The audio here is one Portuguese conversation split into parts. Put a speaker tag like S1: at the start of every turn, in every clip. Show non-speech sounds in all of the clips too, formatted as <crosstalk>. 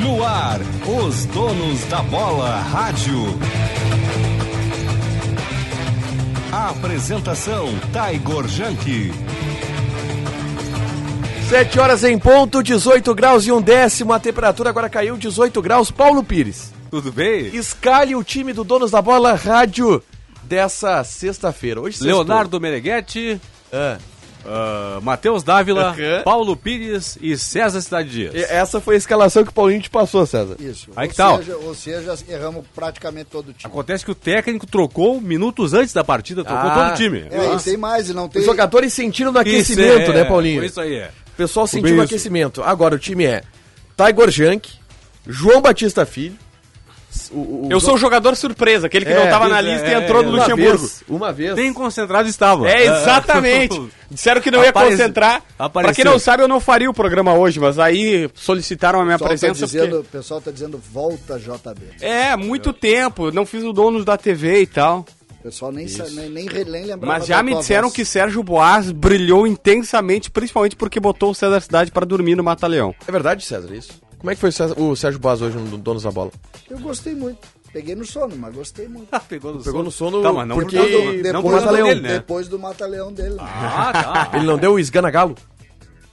S1: No ar, os donos da bola rádio. Apresentação Taigor Janke.
S2: 7 horas em ponto, 18 graus e um décimo. A temperatura agora caiu 18 graus. Paulo Pires,
S1: Tudo bem?
S2: escalhe o time do Donos da Bola Rádio dessa sexta-feira. Hoje sextou.
S3: Leonardo Meneghetti,
S2: Ah,
S3: ah, Matheus Dávila,
S2: Aham.
S3: Paulo Pires e César Cidade Dias.
S2: e- É, essa foi a escalação que o Paulinho te passou, César.
S4: Isso. ou,
S3: Aí
S5: tá,
S3: que tal?
S4: Seja, ou seja, erramos praticamente todo o time.
S3: Acontece que o técnico trocou minutos antes da partida, trocou
S2: Ah.
S3: todo o time.
S4: É, e tem mais, e não tem.
S2: Os jogadores sentiram no
S3: Isso
S2: aquecimento,
S3: é,
S2: né, Paulinho?
S3: Foi isso aí. é.
S2: O pessoal sentiu o
S3: isso.
S2: aquecimento. Agora o time é Tiger Junk, João Batista Filho. o- o-
S5: Eu sou o jogador surpresa, aquele que não tava na
S3: isso,
S5: lista
S3: é,
S5: e entrou
S3: é,
S5: no
S2: uma
S5: Luxemburgo.
S2: Vez, uma vez.
S3: Nem concentrado estava. Ah.
S5: É, exatamente.
S3: <laughs>
S5: <laughs> Disseram que não ia
S3: Aparece-
S5: concentrar. Pra
S3: apareceu.
S5: quem não sabe, eu não faria o programa hoje, mas aí solicitaram a minha
S4: o, pessoal tá
S5: presença.
S4: dizendo, o pessoal tá dizendo volta JB.
S5: porque- É, muito tempo, não fiz o dono da TV e tal.
S4: O pessoal nem, sa- nem, nem, re- nem lembrava.
S5: Mas
S4: da
S6: é
S5: já me
S4: tua
S5: disseram
S4: voz.
S5: que Sérgio Boas brilhou intensamente, principalmente porque botou o César Cidade pra dormir no Mataleão.
S2: É verdade, César, isso? Como é que foi o César- o Sérgio Boas hoje no Donos da Bola?
S4: Eu gostei muito. Peguei no sono, mas gostei muito.
S5: Ah,
S3: Pegou no
S2: Pegou no sono
S3: Tá, mas não
S2: porque
S3: por causa do-
S2: depois
S3: não
S2: do
S3: por causa
S2: Mataleão.
S3: dele, né?
S4: Depois do Mata-Leão dele. Não,
S3: Ah, tá.
S2: Ele não deu o esganagalo?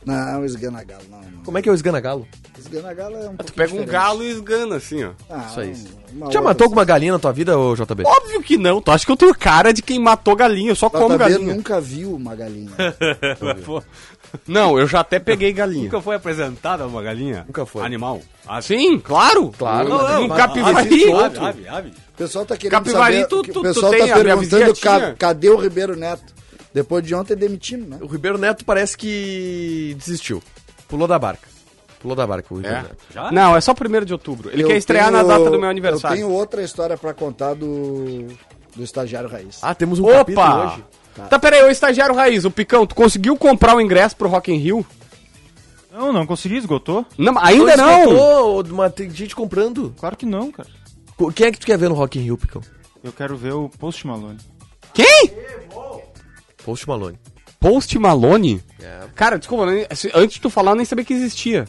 S4: não esganagalo, não. não.
S2: Como é que é o esganagalo?
S4: Esganagalo é um pouco. Ah,
S5: Pega um galo e esgana, assim, ó.
S2: Só isso.
S5: Tá
S2: Já matou alguma galinha na tua vida, ô JB?
S5: Óbvio que não, tu acha que eu tenho cara de quem matou galinha, eu
S6: Tá,
S5: só como
S4: Como
S6: né?
S5: galinha.
S4: nunca viu uma galinha.
S3: Pô,
S5: Não, eu já até peguei galinha.
S3: Nunca foi apresentada uma galinha?
S2: Nunca foi.
S3: Animal? Ah,
S5: Sim, claro.
S2: Claro.
S5: Não,
S2: Mas-
S5: um
S2: mas-
S5: capivari.
S3: Ave, ave, ave, ave.
S4: O pessoal tá querendo
S5: Capivari,
S4: saber...
S5: tu-
S4: que
S5: tu-
S4: o
S5: tu
S4: pessoal
S5: tem
S4: tá
S5: a minha
S4: perguntando
S5: vizinha
S4: ca-
S5: tinha?
S4: cadê o Ribeiro Neto. Depois de ontem demitimos, né?
S2: O Ribeiro Neto parece que desistiu. Pulou da barca. Pulou da barca o Ribeiro
S5: É.
S2: Neto.
S3: Já?
S5: Não, é só 1 de outubro. Ele
S4: Eu
S5: quer estrear
S4: tenho-
S5: na data do meu
S4: Eu
S5: aniversário.
S4: tenho outra história pra contar do, do estagiário raiz.
S2: Ah, temos um capítulo
S5: Opa!
S2: hoje.
S5: Tá. tá, peraí, ô estagiário raiz, o Picão, tu conseguiu comprar o ingresso pro Rock in Rio?
S7: Não, não consegui, esgotou?
S5: Não, ainda não!
S2: esgotou, mas tem gente comprando.
S7: Claro que não, cara.
S2: Co- Quem é que tu quer ver no Rock in Rio, Picão?
S7: Eu quero ver o Post Malone.
S5: Quem?
S2: Post Malone.
S5: Post Malone? Cara, desculpa, nem- se- antes de tu falar, eu nem sabia que existia.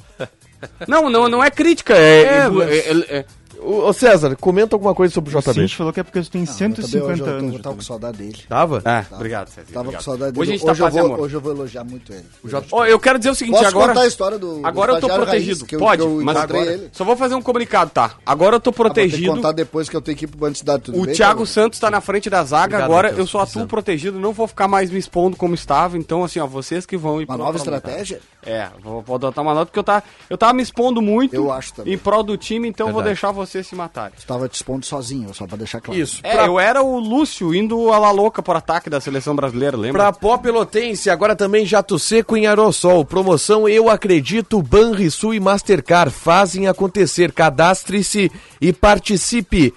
S5: não, não, não é crítica, é...
S2: É,
S5: é-
S2: mas-
S5: é- é-
S2: Ô, ô, César, comenta alguma coisa sobre o
S7: O
S2: JB.
S7: Cinti falou que é porque tu tem
S4: Não, eu
S7: 150
S4: tô- eu tô-
S7: anos. então.
S4: Eu tava com saudade dele.
S2: Tava?
S5: Ah, obrigado, César.
S4: Tava com saudade dele.
S5: Hoje a gente tá
S4: eu
S5: paz e
S4: vou,
S5: amor.
S4: hoje eu vou elogiar muito ele.
S5: Ó, eu quero dizer o seguinte,
S4: Posso
S5: agora...
S4: contar a história do
S5: Agora
S4: do
S5: eu tô
S4: estagiário
S5: protegido.
S4: raiz, que eu-
S5: Pode,
S4: que eu
S5: mas
S4: encontrei
S5: agora.
S4: ele.
S5: Só vou fazer um comunicado, tá? Agora eu tô
S4: Ah, vou ter que
S5: protegido.
S4: contar depois que eu tenho que ir pro Banco de Cidade, tudo
S5: o
S4: bem?
S5: Thiago
S4: Paulo?
S5: Santos tá na frente da zaga.
S2: Obrigado,
S5: agora
S2: Matheus,
S5: eu só atuo
S2: precisamos.
S5: protegido, não vou ficar mais me expondo como estava. Então, assim, ó, vocês que vão. ir
S4: Uma
S5: pro-
S4: nova
S5: pra-
S4: estratégia?
S5: É, vou, vou adotar uma nota porque eu tava, eu tava me expondo muito.
S4: Eu acho também.
S5: Em prol do time, então eu vou
S2: Verdade.
S5: deixar vocês se matarem.
S4: Tu tava te expondo sozinho, só pra deixar claro.
S2: Isso.
S5: É, eu era o Lúcio indo a la louca pro ataque da seleção brasileira, lembra?
S2: Pra pó pelotense, agora também jato seco em aerossol. Promoção Eu Acredito, Banrisul e Mastercard fazem acontecer. Cadastre-se e participe.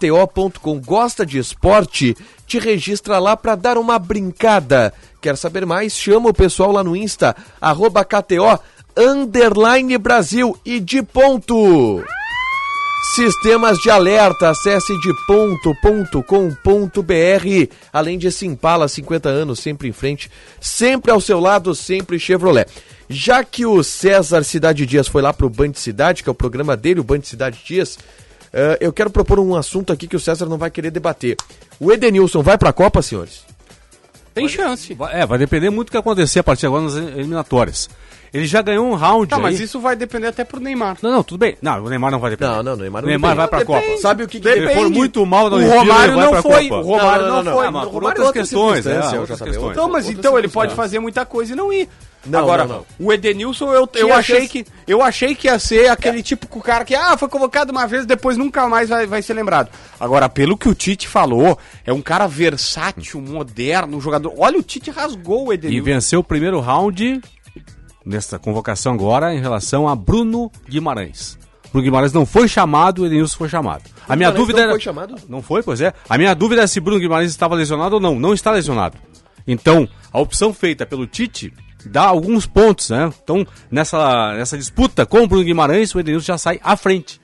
S2: KTO.com gosta de esporte? Te registra lá pra dar uma brincada. Quer saber mais? Chama o pessoal lá no Insta, arroba KTO, underline Brasil e de ponto. Sistemas de alerta, acesse de ponto.com.br. Além de Simpala, 50 anos, sempre em frente, sempre ao seu lado, sempre Chevrolet. Já que o César Cidade Dias foi lá pro Band Cidade, que é o programa dele, o Band Cidade Dias, eh, eu quero propor um assunto aqui que o César não vai querer debater. O Edenilson vai pra Copa, senhores?
S5: Tem chance.
S3: Vai- É, vai depender muito do que acontecer a partir de agora nas eliminatórias. Ele já ganhou um round
S5: Tá, mas
S3: aí.
S5: isso vai depender até pro Neymar.
S3: Não, não, tudo bem. Não, o Neymar não vai depender.
S2: Não, não, o
S3: O
S2: Neymar não
S3: Neymar vai
S2: depende.
S3: pra Copa.
S2: Sabe o que, que
S3: Depende. Ele for muito mal na
S5: O
S3: Olimpíada,
S5: Romário
S3: ele vai
S5: não
S3: pra
S5: foi,
S3: Copa.
S5: o Romário não foi.
S3: Ah, mas
S2: O
S3: por
S2: Romário é
S3: outras
S2: outra
S3: questões, né?
S2: circunstância,
S3: Outras
S2: JB,
S3: questões.
S5: Então, mas então ele pode fazer muita coisa e não ir.
S2: Não,
S5: Agora,
S2: não,
S5: o Edenilson, eu, eu
S2: a
S5: achei
S2: chance-
S5: que eu achei que ia ser aquele tipo com o cara que ah, foi convocado uma vez, depois nunca mais vai, vai ser lembrado. Agora, pelo que o Tite falou, é um cara versátil, moderno, um jogador. Olha, o Tite rasgou o
S3: E
S5: Edenilson.
S3: venceu o primeiro round nesta convocação agora em relação a Bruno Guimarães. Bruno Guimarães não foi chamado, o Edenilson foi chamado. A minha
S2: Guimarães
S3: dúvida
S2: não
S3: era...
S2: foi chamado?
S3: Não foi, pois é. A minha dúvida é se Bruno Guimarães estava lesionado ou não. Não está lesionado. Então, a opção feita pelo Tite dá alguns pontos, né? Então, nessa, nessa disputa com o Bruno Guimarães, o Edenilson já sai à frente.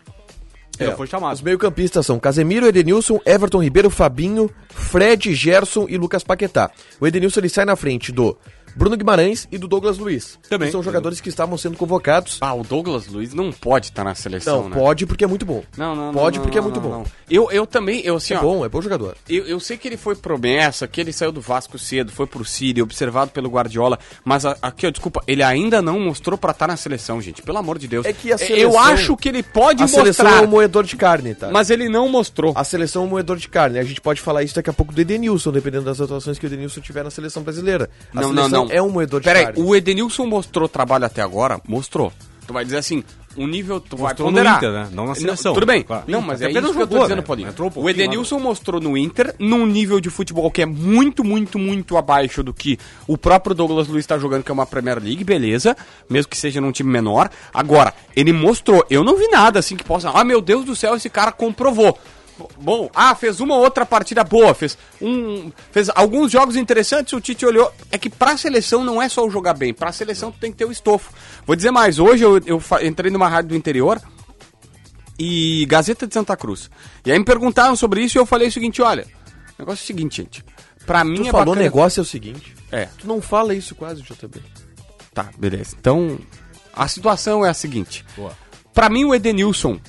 S3: Ele
S5: Então,
S3: não foi
S2: É, Os
S3: chamado.
S2: meio-campistas são Casemiro, Edenilson, Everton Ribeiro, Fabinho, Fred, Gerson e Lucas Paquetá. O Edenilson ele sai na frente do Bruno Guimarães e do Douglas Luiz.
S3: Também.
S2: Que são jogadores que estavam sendo convocados.
S5: Ah, o Douglas Luiz não pode estar na seleção,
S2: Não,
S5: né?
S2: pode porque é muito bom.
S5: Não, não, não,
S2: Pode
S5: não,
S2: porque
S5: não,
S2: é muito
S5: não,
S2: bom.
S5: não. Eu, eu também, eu assim,
S2: É
S5: ó,
S2: bom, é bom jogador.
S5: Eu, eu sei que ele foi promessa, que ele saiu do Vasco cedo, foi pro Síria, observado pelo Guardiola, mas a- aqui, ó, desculpa, ele ainda não mostrou pra estar na seleção, gente, pelo amor de Deus.
S2: É que a
S5: Eu
S2: seleção-
S5: acho que ele pode
S2: a seleção
S5: mostrar,
S2: é um moedor de carne, tá?
S5: mas ele não mostrou.
S2: A seleção é um moedor de carne. A gente pode falar isso daqui a pouco do Edenilson, dependendo das atuações que o Edenilson tiver na seleção brasileira. A seleção é um moedor de
S5: Peraí,
S2: carne.
S5: o Edenilson mostrou trabalho até agora? Mostrou. Tu vai dizer assim, o nível tu vai
S3: Mostrou no
S5: ponderar.
S3: Inter, né? Não na seleção.
S5: tudo bem.
S3: Claro.
S5: Não, mas
S3: Até
S5: é
S3: porque
S5: isso
S3: não
S5: que eu tô
S3: jogou,
S5: dizendo,
S3: né?
S5: Paulinho.
S3: Entrou um pouquinho
S5: o Edenilson mostrou no Inter num nível de futebol que é muito, muito, muito abaixo do que o próprio Douglas Luiz tá jogando, que é uma Premier League, beleza. Mesmo que seja num time menor. Agora, ele mostrou. Eu não vi nada assim que possa... Ah, meu Deus do céu, esse cara comprovou. Bom, ah, fez uma outra partida boa, fez um, fez alguns jogos interessantes, o Tite olhou. É que pra seleção não é só o jogar bem, pra seleção tu tem que ter o estofo. Vou dizer mais, hoje eu, eu fa- entrei numa rádio do interior e Gazeta de Santa Cruz. E aí me perguntaram sobre isso e eu falei o seguinte, olha, o negócio é o seguinte, gente. Pra mim
S2: Tu
S5: é
S2: falou o
S5: bacana-
S2: negócio é o seguinte.
S5: É.
S2: Tu não fala isso quase, JB.
S5: Tá, beleza. Então, a situação é a seguinte. Pra mim, o Edenilson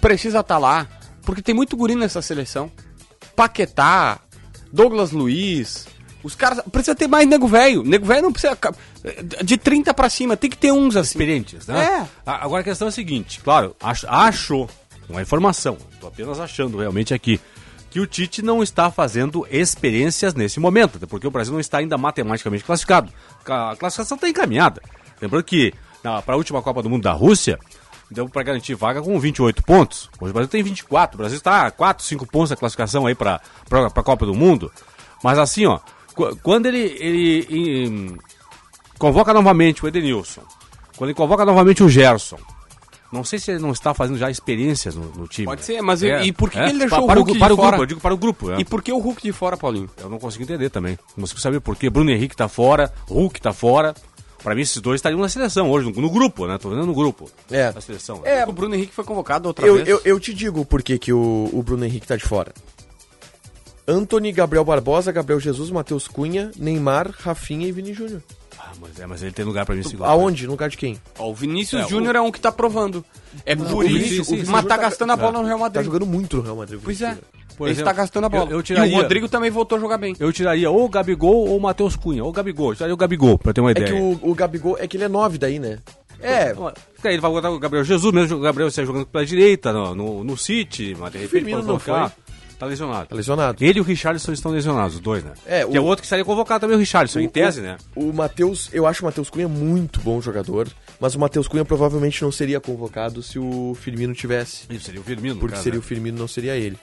S5: precisa estar lá, porque tem muito guri nessa seleção. Paquetá, Douglas Luiz, os caras... Precisa ter mais nego velho. Nego velho não precisa... De 30 pra cima, tem que ter uns assim.
S3: experientes, né?
S5: É.
S3: A- Agora a questão é a seguinte, claro, acho, acho uma informação, tô apenas achando realmente aqui, que o Tite não está fazendo experiências nesse momento, até porque o Brasil não está ainda matematicamente classificado. Ca- A classificação está encaminhada. Lembrando que para a última Copa do Mundo da Rússia, deu para garantir vaga com 28 pontos. Hoje o Brasil tem 24, o Brasil está a 4, 5 pontos da classificação aí para a Copa do Mundo. Mas assim, ó, qu- quando ele, ele em- convoca novamente o Edenilson. Quando ele convoca novamente o Gerson. Não sei se ele não está fazendo já experiências no, no time.
S5: Pode
S3: né?
S5: ser, mas e- e por que ele deixou
S3: Pa-
S5: o
S3: para
S5: Hulk
S3: gru-
S5: de
S3: para o
S5: fora?
S3: grupo? Eu digo para o grupo. né?
S5: E por que o Hulk de fora, Paulinho?
S3: Eu não consigo entender também. Não consigo saber por quê. Bruno Henrique tá fora, Hulk tá fora. Pra mim, esses dois estariam na seleção hoje, no, no grupo, né? Tô vendo no grupo.
S2: É.
S3: Na seleção. né?
S5: É, o Bruno Henrique foi convocado outra
S2: Eu,
S5: vez.
S2: eu, eu te digo por que, que o, o Bruno Henrique tá de fora. Anthony, Gabriel Barbosa, Gabriel Jesus, Matheus Cunha, Neymar, Rafinha e Vini Júnior.
S3: Ah, mas, é, mas ele tem lugar pra mim segundo.
S2: Aonde? No lugar de quem?
S5: Ó, o Vinícius
S3: É,
S5: Júnior é um que tá provando. É por
S2: o
S5: isso,
S2: Vinícius- o Vinícius
S5: mas tá
S2: Júnior tá-
S5: gastando a bola no Real
S2: Tá
S5: Madrid.
S2: jogando muito no Real Madrid.
S5: Pois é.
S2: Vinícius Júnior.
S3: É. Por
S5: Ele
S3: exemplo,
S5: está gastando a bola.
S3: eu- eu tiraria-
S5: E o Rodrigo também voltou a jogar bem.
S3: Eu tiraria ou o Gabigol ou o Matheus Cunha. Ou o Gabigol. Eu tiraria o Gabigol, pra ter uma
S2: É
S3: ideia.
S2: que o, o Gabigol, é que ele é 9 daí, né? É,
S3: Então, Aí ele vai botar o Gabriel Jesus, mesmo o Gabriel está jogando pela direita, no, no, no City, mas de repente
S2: Firmino
S3: pode
S2: não
S3: colocar. Tá lesionado.
S2: tá lesionado.
S3: Ele e o Richarlison estão lesionados, os dois, né?
S2: É,
S3: que é
S2: o-
S3: o outro que estaria convocado também, o Richarlison, em
S2: O-
S3: tese,
S2: o-
S3: né?
S2: O Matheus, eu acho o Matheus Cunha muito bom jogador, mas o Matheus Cunha provavelmente não seria convocado se o Firmino tivesse,
S3: Isso, seria o Firmino, no
S2: porque
S3: caso,
S2: seria
S3: né?
S2: o Firmino, não seria ele.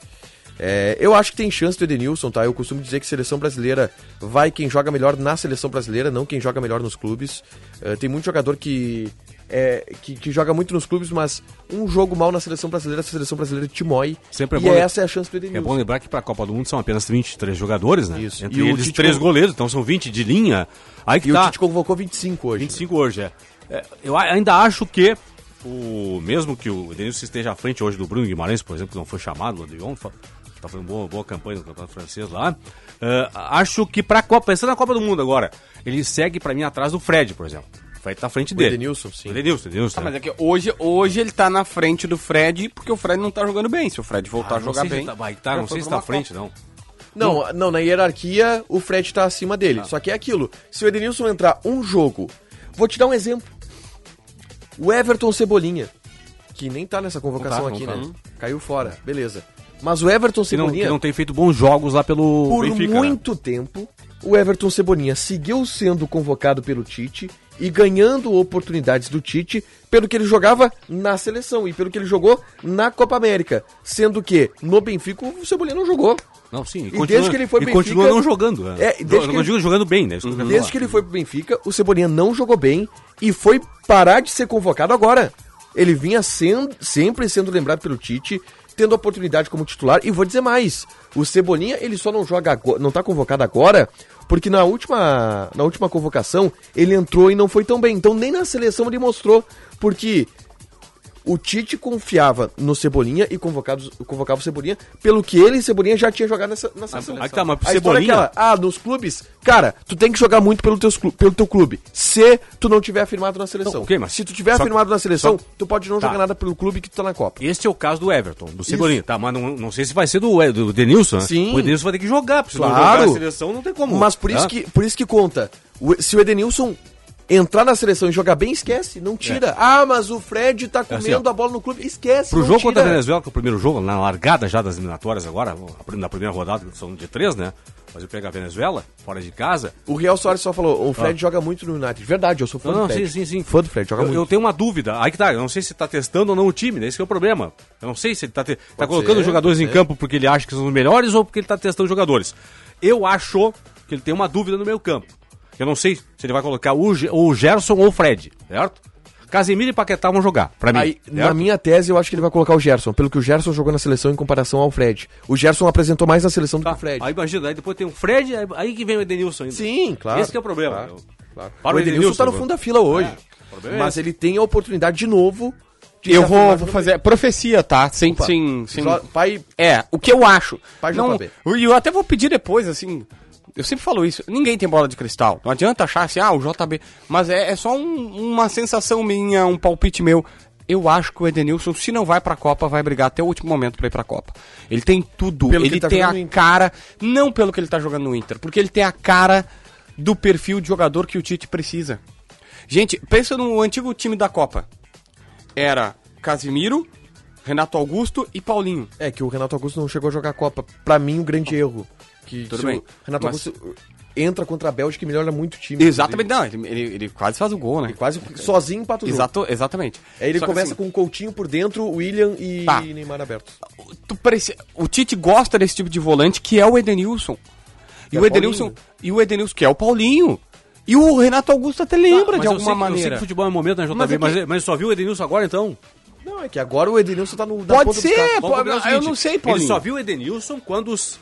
S2: É, eu acho que tem chance do Edenilson, tá? Eu costumo dizer que seleção brasileira vai quem joga melhor na seleção brasileira, não quem joga melhor nos clubes. É, tem muito jogador que, é, que que joga muito nos clubes, mas um jogo mal na seleção brasileira, a seleção brasileira te mói.
S3: Sempre é
S2: e
S3: bom, né?
S2: essa é a chance do Edenilson.
S3: É bom lembrar que para a Copa do Mundo são apenas 23 jogadores, né?
S2: Isso.
S3: Entre
S2: E o
S3: eles,
S2: Tite
S3: três
S2: con-
S3: goleiros, então são 20 de linha. Aí que
S2: E o
S3: tá,
S2: Tite convocou 25 hoje.
S3: 25 hoje, é. É, Eu a- ainda acho que, o, mesmo que o Denilson esteja à frente hoje do Bruno Guimarães, por exemplo, que não foi chamado, o Lyon, fa- tá fazendo boa, boa campanha no campeonato francês lá, é, acho que para a Copa, pensando na Copa do Mundo agora, ele segue para mim atrás do Fred, por exemplo. O Fred tá à frente dele.
S2: Edenilson, sim. Tá,
S3: O Edenilson, Edenilson. né?
S5: Ah, mas é que hoje, hoje ele tá na frente do Fred, porque o Fred não tá jogando bem. Se o Fred voltar
S3: Ah,
S5: a
S3: não
S5: jogar
S3: sei se
S5: bem.
S3: tá- vai tá,
S5: já
S3: não
S5: foi
S3: sei se
S5: pra
S3: tá
S5: uma
S3: à frente, não.
S2: Não, não, na hierarquia o Fred tá acima dele. Só que é aquilo. Se o Edenilson entrar um jogo, vou te dar um exemplo. O Everton Cebolinha, que nem tá nessa convocação
S3: Não tá,
S2: aqui,
S3: não
S2: né? Caiu fora, beleza. Mas o Everton
S3: Que não,
S2: Cebolinha,
S3: que não tem feito bons jogos lá pelo
S2: por
S3: Benfica, né?
S2: muito tempo, o Everton Cebolinha seguiu sendo convocado pelo Tite e ganhando oportunidades do Tite pelo que ele jogava na seleção e pelo que ele jogou na Copa América. Sendo que no Benfica o Cebolinha não jogou.
S3: Não, sim. E,
S2: desde
S3: continua,
S2: que ele foi
S3: e
S2: Benfica-
S3: continua não jogando. né?
S2: É, e desde
S3: não,
S2: que
S3: não
S2: ele- Uhum.
S3: digo jogando bem, né? Isso que eu quero
S2: Desde
S3: falar.
S2: que ele foi pro Benfica, o Cebolinha não jogou bem e foi parar de ser convocado agora. Ele vinha sen- sempre sendo lembrado pelo Tite, tendo oportunidade como titular. E vou dizer mais: o Cebolinha ele só não joga agora, não tá convocado agora, porque na última, na última convocação ele entrou e não foi tão bem. Então nem na seleção ele mostrou, porque O Tite confiava no Cebolinha e convocados- convocava o Cebolinha pelo que ele e Cebolinha já tinha jogado nessa, nessa
S3: Mas,
S2: seleção.
S3: aí que tá, mas pro
S2: A história é
S3: Cebolinha-
S2: aquela, ah, nos clubes, cara, tu tem que jogar muito pelo, teus clu- pelo teu clube. Se tu não tiver afirmado na seleção.
S3: Não, ok, mas-
S2: Se tu tiver
S3: só-
S2: afirmado na seleção,
S3: só-
S2: tu pode não
S3: Tá.
S2: jogar nada pelo clube que tu tá na Copa.
S3: Este é o caso do Everton, do Cebolinha. Tá, mas não, não sei se vai ser do, E- do Denilson, né?
S2: Sim.
S3: O Denilson vai ter que jogar, porque se não
S2: Claro.
S3: jogar a seleção não tem como.
S2: Mas por isso,
S3: tá?
S2: que, por isso que conta. O- se o Edenilson entrar na seleção e jogar bem, esquece, não tira. Ah, mas o Fred tá
S3: É. assim,
S2: comendo a bola no clube, esquece,
S3: Pro
S2: não
S3: jogo
S2: tira.
S3: contra a Venezuela, que é o primeiro jogo, na largada já das eliminatórias agora, na primeira rodada, que são de três, né? Mas ele pega a Venezuela, fora de casa.
S2: O Real Soares só falou, o Fred joga muito no United. Verdade, eu sou fã
S3: Ah. Não, não,
S2: do Fred.
S3: sim, sim, sim.
S2: Fã do Fred, joga
S3: eu,
S2: muito.
S3: eu tenho uma dúvida. Aí que tá, eu não sei se tá testando ou não o time, né? Esse que é o problema. Eu não sei se ele tá, te- tá colocando
S2: ser,
S3: os jogadores
S2: pode
S3: em
S2: ser.
S3: campo porque ele acha que são os melhores ou porque ele tá testando os jogadores. Eu acho que ele tem uma dúvida no meio campo. Eu não sei se ele vai colocar o, Ge- o Gerson ou o Fred, certo? Casemiro e Paquetá vão jogar, pra mim.
S2: Aí,
S3: certo?
S2: na minha tese, eu acho que ele vai colocar o Gerson, pelo que o Gerson jogou na seleção em comparação ao Fred. O Gerson apresentou mais na seleção do
S3: Tá,
S2: que o Fred.
S3: Aí imagina, aí depois tem o Fred, aí, aí que vem o Edenilson ainda.
S2: Sim, claro.
S3: Esse que é o problema.
S2: Claro,
S3: Eu-
S2: claro.
S3: Para
S2: o Edenilson, tá no
S3: né?
S2: fundo da fila hoje.
S3: problema é
S2: mas ele tem a oportunidade de novo de
S5: Eu
S2: se
S5: vou,
S2: afirmar
S5: vou
S2: no
S5: fazer profecia, tá? Sem,
S2: Opa.
S5: sem, sem...
S2: Só- pai-
S5: É, o que eu acho.
S2: Página
S5: Não,
S2: pra
S5: e eu até vou pedir depois, assim. Eu sempre falo isso, ninguém tem bola de cristal. Não adianta achar assim, ah, o JB. Mas é, é só um- uma sensação minha, um palpite meu. Eu acho que o Edenilson, se não vai pra Copa, vai brigar até o último momento pra ir pra Copa. Ele tem tudo.
S2: Pelo que
S5: ele
S2: ele tá
S5: tem
S2: jogando
S5: a
S2: no Inter.
S5: cara. Não pelo que ele tá jogando no Inter, porque ele tem a cara do perfil de jogador que o Tite precisa. Gente, pensa no antigo time da Copa. Era Casimiro, Renato Augusto e Paulinho.
S2: É que o Renato Augusto não chegou a jogar a Copa. Pra mim, um grande erro. Que
S5: Tudo
S2: se
S5: bem,
S2: O Renato
S5: mas-
S2: Augusto entra contra a Bélgica e melhora muito o time.
S5: Exatamente, não, ele, ele- ele quase faz o gol, né?
S2: Ele quase sozinho empata o jogo.
S5: Exato, exatamente.
S2: Aí É, ele
S5: Só que
S2: começa
S5: assim,
S2: com o Coutinho por dentro, William e
S5: Tá.
S2: Neymar abertos.
S5: tu preci- O Tite gosta desse tipo de volante que é o Edenilson. E
S2: é
S5: o Edenilson,
S2: Paulinho.
S5: e o Edenilson que é o Paulinho. E o Renato Augusto até lembra
S3: Mas
S5: de
S3: eu sei
S5: alguma
S3: que- Eu sei que
S5: maneira.
S3: futebol é um momento, né, JB?
S5: Mas
S3: Mas,
S5: é que-
S3: mas, só viu o Edenilson agora, então?
S2: Não, é que agora o Edenilson tá no, na
S5: Pode
S2: ponta dos
S5: ser,
S2: carros.
S5: pô,
S3: Vamos combinar o
S5: eu não sei, Paulinho.
S3: Ele só viu o Edenilson quando os,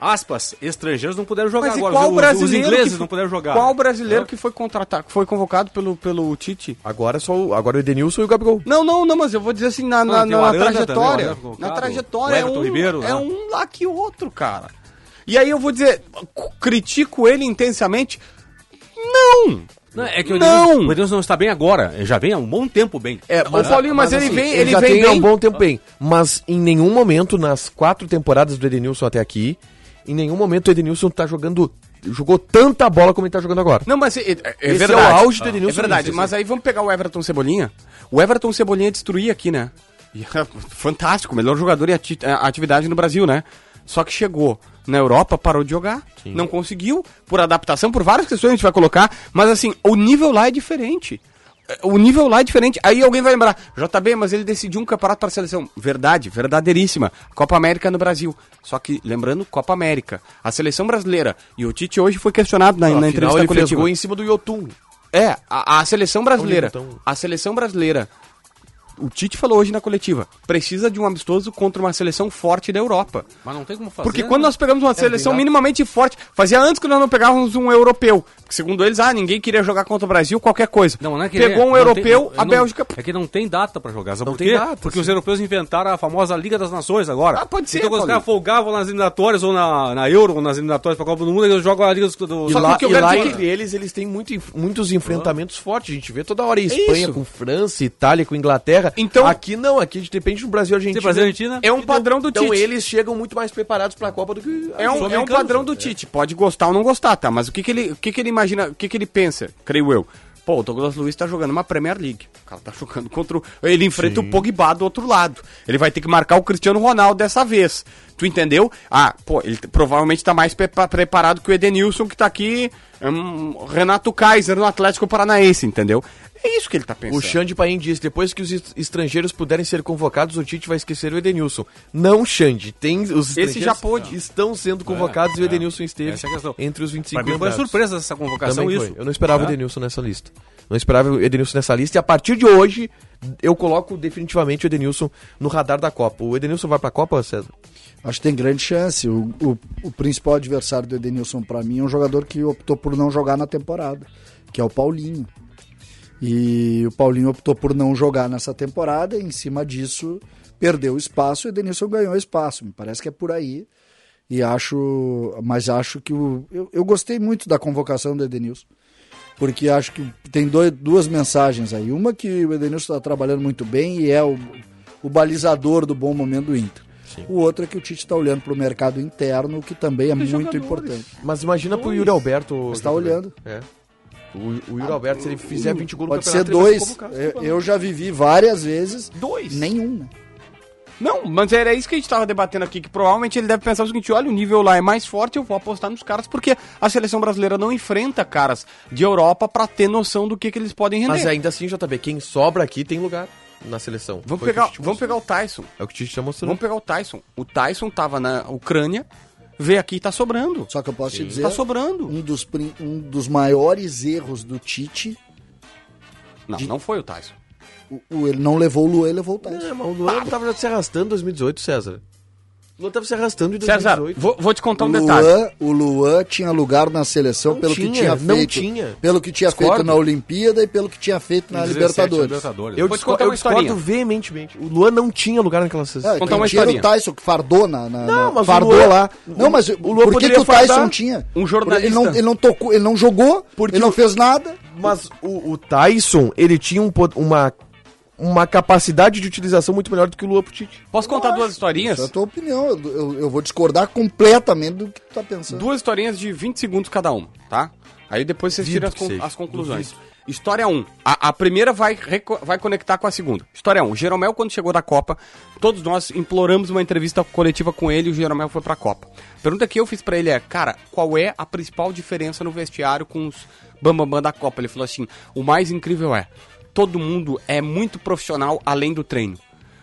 S3: aspas, estrangeiros não puderam jogar
S5: Mas e
S3: agora.
S5: qual
S3: os,
S5: brasileiro
S3: os ingleses
S5: que,
S3: não puderam jogar. É.
S5: Qual brasileiro que foi contratado, que foi convocado pelo, pelo Tite?
S2: Agora é só o, agora o Edenilson e o Gabigol.
S5: Não, não, não, mas eu vou dizer assim, na, na,
S3: tem
S5: na-
S3: o
S5: na
S3: Arana também, o
S5: trajetória.
S3: Arana colocado,
S5: na trajetória
S3: o
S5: é,
S3: Everton
S5: um,
S3: Ribeiro,
S5: é
S3: né?
S5: um lá que outro, cara. E aí eu vou dizer, c- critico ele intensamente? Não!
S3: Não, é que o
S5: Não!
S3: Edenilson, o Edenilson não está bem agora. Ele já vem há um bom tempo bem.
S5: É, o Paulinho, mas, ele
S2: assim,
S5: vem,
S2: ele
S5: ele
S2: já
S5: vem
S2: tem há
S5: bem.
S2: um bom tempo bem. Mas em nenhum momento, nas quatro temporadas do Edenilson até aqui, em nenhum momento o Edenilson tá jogando. jogou tanta bola como ele tá jogando agora.
S5: Não, mas é, é- é
S2: Esse
S5: verdade.
S2: é o auge do Edenilson
S5: É verdade,
S2: Nunes,
S5: mas aí vamos pegar o Everton Cebolinha. O Everton Cebolinha destruía aqui, né? E é Fantástico, melhor jogador e ati- a- atividade no Brasil, né? Só que chegou na Europa, parou de jogar, não conseguiu, por adaptação, por várias questões a gente vai colocar, mas assim, o nível lá é diferente. É, O nível lá é diferente. Aí alguém vai lembrar, JB, mas ele decidiu um campeonato para a seleção. Verdade, verdadeiríssima. Copa América no Brasil. Só que, lembrando, Copa América. A seleção brasileira. E o Tite hoje foi questionado na, na entrevista
S2: ele fez
S5: coletiva.
S2: gol em cima do Yotun.
S5: É, a, a seleção brasileira.
S3: um-
S2: Então-
S5: A seleção brasileira. O Tite falou hoje na coletiva. Precisa de um amistoso contra uma seleção forte da Europa.
S3: Mas não tem como fazer. né? É,
S5: Porque quando nós pegamos uma seleção minimamente forte, fazia antes que nós não pegávamos um europeu. Porque segundo eles, ah, ninguém queria jogar contra o Brasil, qualquer coisa.
S3: Não, não é que
S5: Pegou um
S3: não
S5: europeu,
S3: tem-
S5: a
S3: não-
S5: Bélgica.
S3: É que não tem data pra jogar. Sabe
S2: Não
S3: por
S2: tem
S3: quê?
S2: data,
S3: Porque
S2: sim.
S3: os europeus inventaram a famosa Liga das Nações agora.
S5: Ah, pode ser,
S3: Então, quando os
S5: Paulinho.
S3: caras folgavam nas eliminatórias ou na, na Euro, ou nas eliminatórias pra Copa do Mundo, eles jogam a Liga dos. Do...
S2: E
S5: Só que
S2: lá,
S5: o que eu
S2: e
S5: quero
S2: lá
S5: dizer é que-
S2: entre eles, eles têm muito enf- muitos enfrentamentos fortes. A gente vê toda hora em Espanha
S5: isso.
S2: com França, Itália com Inglaterra.
S5: Então-
S2: aqui não, aqui a gente depende do Brasil e Argentina.
S3: Tem Brasil e Argentina?
S5: É um padrão do
S2: Então
S5: Tite.
S2: eles chegam muito mais preparados pra Copa do que
S5: É um, é um padrão do Tite. Pode gostar ou não gostar, tá? Mas o que, que, ele, o que, que ele imagina, o que, que ele pensa, creio eu? Pô, o Douglas Luiz tá jogando uma Premier League. O cara tá jogando contra o... Ele enfrenta o Pogba do outro lado. Ele vai ter que marcar o Cristiano Ronaldo dessa vez. Tu entendeu? Ah, pô, ele t- provavelmente tá mais prepa- preparado que o Edenilson que tá aqui... hum, Renato Kaiser no Atlético Paranaense, entendeu? É isso que ele tá pensando.
S2: O Xande Paim diz, depois que os es- estrangeiros puderem ser convocados, o Tite vai esquecer o Edenilson. Não, Xande, tem os estrangeiros
S5: já pôde.
S2: estão sendo convocados e o Edenilson esteve
S3: Essa é a questão.
S2: entre os 25
S3: Pra mim foi
S2: lembrados.
S3: surpresa essa convocação,
S2: Também
S3: isso.
S2: foi. Eu não esperava
S3: É.
S2: o Edenilson nessa lista. Não esperava o Edenilson nessa lista. E a partir de hoje, eu coloco definitivamente o Edenilson no radar da Copa. O Edenilson vai pra Copa, César?
S4: Acho que tem grande chance. O, o- o principal adversário do Edenilson para mim é um jogador que optou por não jogar na temporada, que é o Paulinho.
S6: E o Paulinho optou por não jogar nessa temporada, e em cima disso perdeu espaço e o Denilson ganhou espaço. Me parece que é por aí. E acho, mas acho que o, eu, eu gostei muito da convocação do Edenilson, porque acho que tem dois, duas mensagens aí. Uma que o Edenilson está trabalhando muito bem e é o, o balizador do bom momento do Inter. O outro é que o Tite está olhando para o mercado interno, o que também é muito importante.
S2: Mas imagina pro Yuri Alberto.
S6: Mas tá
S2: Júlio.
S6: olhando.
S2: É. O, o Yuri Alberto, se ele fizer 20 gols no
S6: Pode ser
S2: campeonato, ele vai
S6: dois.
S2: convocado.
S6: Eu, eu já vivi várias vezes.
S2: é
S5: Dois?
S6: Nenhum, né?
S5: Não, mas era isso que a gente tava debatendo aqui, que provavelmente ele deve pensar o seguinte, olha, o nível lá é mais forte, eu vou apostar nos caras, porque a seleção brasileira não enfrenta caras de Europa pra ter noção do que, que eles podem render.
S2: Mas ainda assim, JB, quem sobra aqui tem lugar na seleção.
S5: vamos,
S2: Foi o que o
S5: pegar,
S2: Tite
S5: vamos pegar o Tyson.
S2: mostrou. É o que o Tite já mostrou.
S5: Vamos pegar o Tyson. O Tyson tava na Ucrânia, veio aqui e tá sobrando.
S6: Só que eu posso te dizer,
S5: Tá sobrando.
S6: um dos, prim- um dos maiores erros do Tite,
S5: Não, não foi o Tyson.
S6: o, o- ele não levou o Luan, ele levou o Tyson.
S2: É, mas o Luan tava se arrastando em 2018, César. O Luan tava se arrastando em
S5: César,
S2: 2018.
S5: vou, vou te contar um
S6: o,
S5: detalhe.
S6: Luan, o Luan tinha lugar na seleção
S2: Não
S6: pelo que
S2: tinha,
S6: tinha
S2: não
S6: feito.
S2: tinha.
S6: Pelo que tinha feito na Olimpíada e pelo que tinha feito na
S3: 17
S6: Libertadores.
S3: Libertadores.
S2: Eu,
S5: Vou te
S2: disco-
S5: contar
S2: eu
S5: uma
S2: discordo
S5: historinha.
S2: veementemente. O Luan não tinha lugar naquela
S6: É,
S2: seleção.
S5: Contar
S6: quem
S5: uma
S6: tinha era o
S5: historinha.
S6: Tyson, que fardou na. na-
S2: Não,
S6: na-
S2: mas o
S6: fardou
S2: Luan-
S6: lá. Não, mas
S2: o Luan
S6: por que, que
S2: poderia
S6: o Tyson
S2: fardar
S6: tinha?
S5: um jornalista.
S6: Ele não, ele não tocou, ele não jogou,
S2: Porque
S6: ele não
S2: o-
S6: fez nada.
S2: Mas o, o Tyson, ele tinha um pod- uma, uma capacidade de utilização muito melhor do que o Luan pro Tite.
S5: Posso contar duas historinhas?
S6: Essa é a tua opinião. Eu, eu- eu vou discordar completamente do que tu tá pensando.
S5: Duas historinhas de 20 segundos cada uma, tá? Aí depois vocês tiram as, con- as conclusões. História 1. A, a primeira vai, reco- vai conectar com a segunda. História 1. O Jeromel, quando chegou da Copa, todos nós imploramos uma entrevista coletiva com ele e o Jeromel foi pra Copa. A pergunta que eu fiz pra ele é, cara, qual é a principal diferença no vestiário com os bambambam da Copa? Ele falou assim, o mais incrível é, todo mundo é muito profissional além do treino.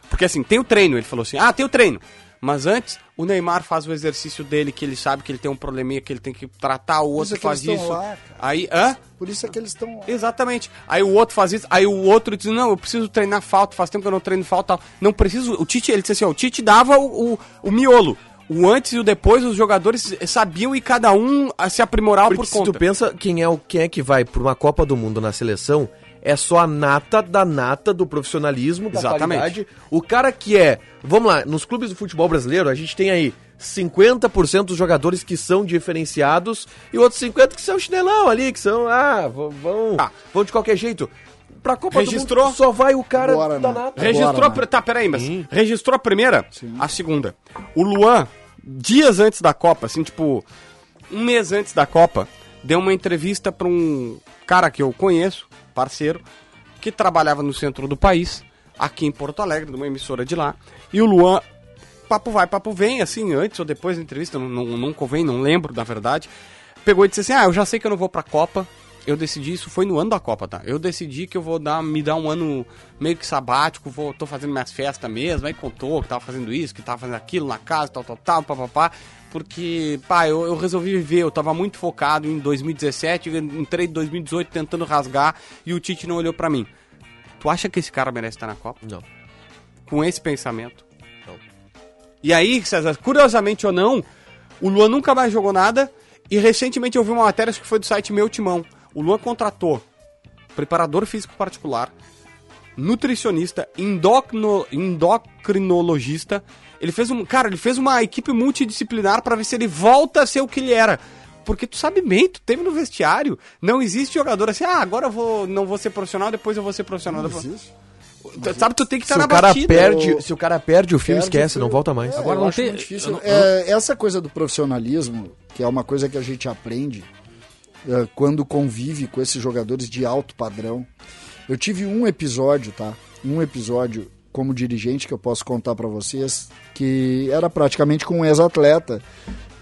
S5: Porque assim, tem o treino, ele falou assim: ah, tem o treino. Mas antes, o Neymar faz o exercício dele, que ele sabe que ele tem um probleminha, que ele tem que tratar, o
S6: isso
S5: outro
S6: é que
S5: faz
S6: eles tão
S5: isso.
S6: lá, cara.
S5: aí, hã?
S6: Por isso é que eles estão.
S5: Exatamente. Aí o outro faz isso, aí o outro diz: Não, eu preciso treinar falta, faz tempo que eu não treino falta. tal. Não preciso. O Tite, ele disse assim: ó, o Tite dava o, o, o miolo. O antes e o depois, os jogadores sabiam e cada um a se aprimorava
S2: Porque
S5: por
S2: se
S5: conta.
S2: tu pensa quem é, o, quem é que vai pra uma Copa do Mundo na seleção, é só a nata da nata do profissionalismo, da
S5: Exatamente.
S2: qualidade. O cara que é... Vamos lá, nos clubes do futebol brasileiro, a gente tem aí 50% dos jogadores que são diferenciados e outros 50% que são chinelão ali, que são... Ah, vão, vão,
S5: Tá.
S2: vão de qualquer jeito. Pra Copa
S5: Registrou?
S2: do Mundo só vai o cara
S6: Bora,
S2: da
S6: né?
S2: nata.
S5: Registrou,
S6: Agora,
S5: a pr- tá, peraí, mas registrou a primeira, a segunda. O Luan, dias antes da Copa, assim, tipo, um mês antes da Copa, deu uma entrevista pra um cara que eu conheço, parceiro, que trabalhava no centro do país, aqui em Porto Alegre, numa emissora de lá, e o Luan, papo vai, papo vem, assim, antes ou depois da entrevista, não, não, não convém, não lembro, na verdade, pegou e disse assim, ah, eu já sei que eu não vou pra Copa, eu decidi, isso foi no ano da Copa, tá? Eu decidi que eu vou dar, me dar um ano meio que sabático, vou, tô fazendo minhas festas mesmo, aí contou que tava fazendo isso, que tava fazendo aquilo na casa, tal, tal, tal, papapá. Porque, pá, eu, eu resolvi viver, eu tava muito focado em 2017, eu entrei em 2018 tentando rasgar e o Tite não olhou pra mim. Tu acha que esse cara merece estar na Copa?
S2: Não.
S5: Com esse pensamento?
S2: Não.
S5: E aí, César, curiosamente ou não, o Luan nunca mais jogou nada. E recentemente eu vi uma matéria, acho que foi do site Meu Timão. O Luan contratou preparador físico particular, nutricionista, endocno- endocrinologista. Ele fez um. Cara, ele fez uma equipe multidisciplinar pra ver se ele volta a ser o que ele era. Porque tu sabe bem, tu teve no vestiário. Não existe jogador assim, ah, agora eu vou, não vou ser profissional, depois eu vou ser profissional. Depois- Tu- Sabe, tu tem que estar
S2: Se
S5: Tá na
S2: o, cara
S5: batida.
S2: perde, se o cara perde o filme,
S6: Perde
S2: esquece,
S6: o filme.
S2: não volta mais.
S6: É,
S2: Agora,
S6: eu
S3: não
S6: acho
S3: tem-
S6: muito difícil.
S3: eu não-
S6: É, essa coisa do profissionalismo, que é uma coisa que a gente aprende é, quando convive com esses jogadores de alto padrão. Eu tive um episódio, tá? Um episódio como dirigente que eu posso contar pra vocês, que era praticamente com um ex-atleta,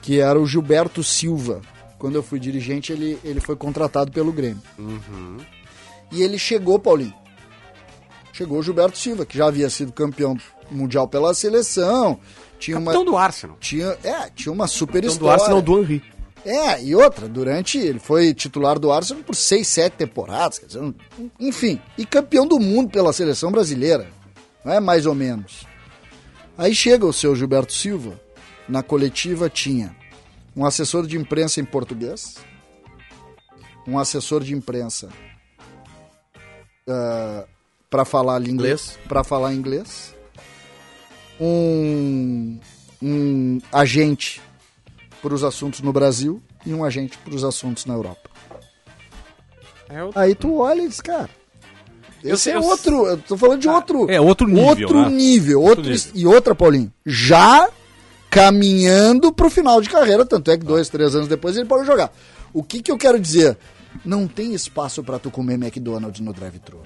S6: que era o Gilberto Silva. Quando eu fui dirigente, ele, ele foi contratado pelo Grêmio. E ele chegou, Paulinho. Chegou o Gilberto Silva, que já havia sido campeão mundial pela seleção. Tinha uma,
S5: Capitão do Arsenal.
S6: tinha, é, tinha uma super
S2: então, do
S6: história.
S2: Arsenal, do Henry.
S6: É, e outra, durante. Ele foi titular do Arsenal por seis, sete temporadas. Quer dizer, um- enfim, e campeão do mundo pela seleção brasileira. Não é mais ou menos. Aí chega o seu Gilberto Silva. Na coletiva tinha um assessor de imprensa em português, um assessor de imprensa para falar a língua
S2: Inglês.
S6: para falar inglês. Um, um agente para os assuntos no Brasil e um agente para os assuntos na Europa. Aí tu olha e diz, cara, esse é
S5: É eu- Ah,
S6: outro, eu tô falando de outro,
S3: é outro nível,
S6: outro
S3: né?
S6: nível,
S3: Outro
S6: outro,
S3: nível.
S6: e outra Paulinho, já caminhando pro final de carreira, tanto é que dois, três anos depois ele pode jogar. O que que eu quero dizer? Não tem espaço para tu comer McDonald's no drive-thru.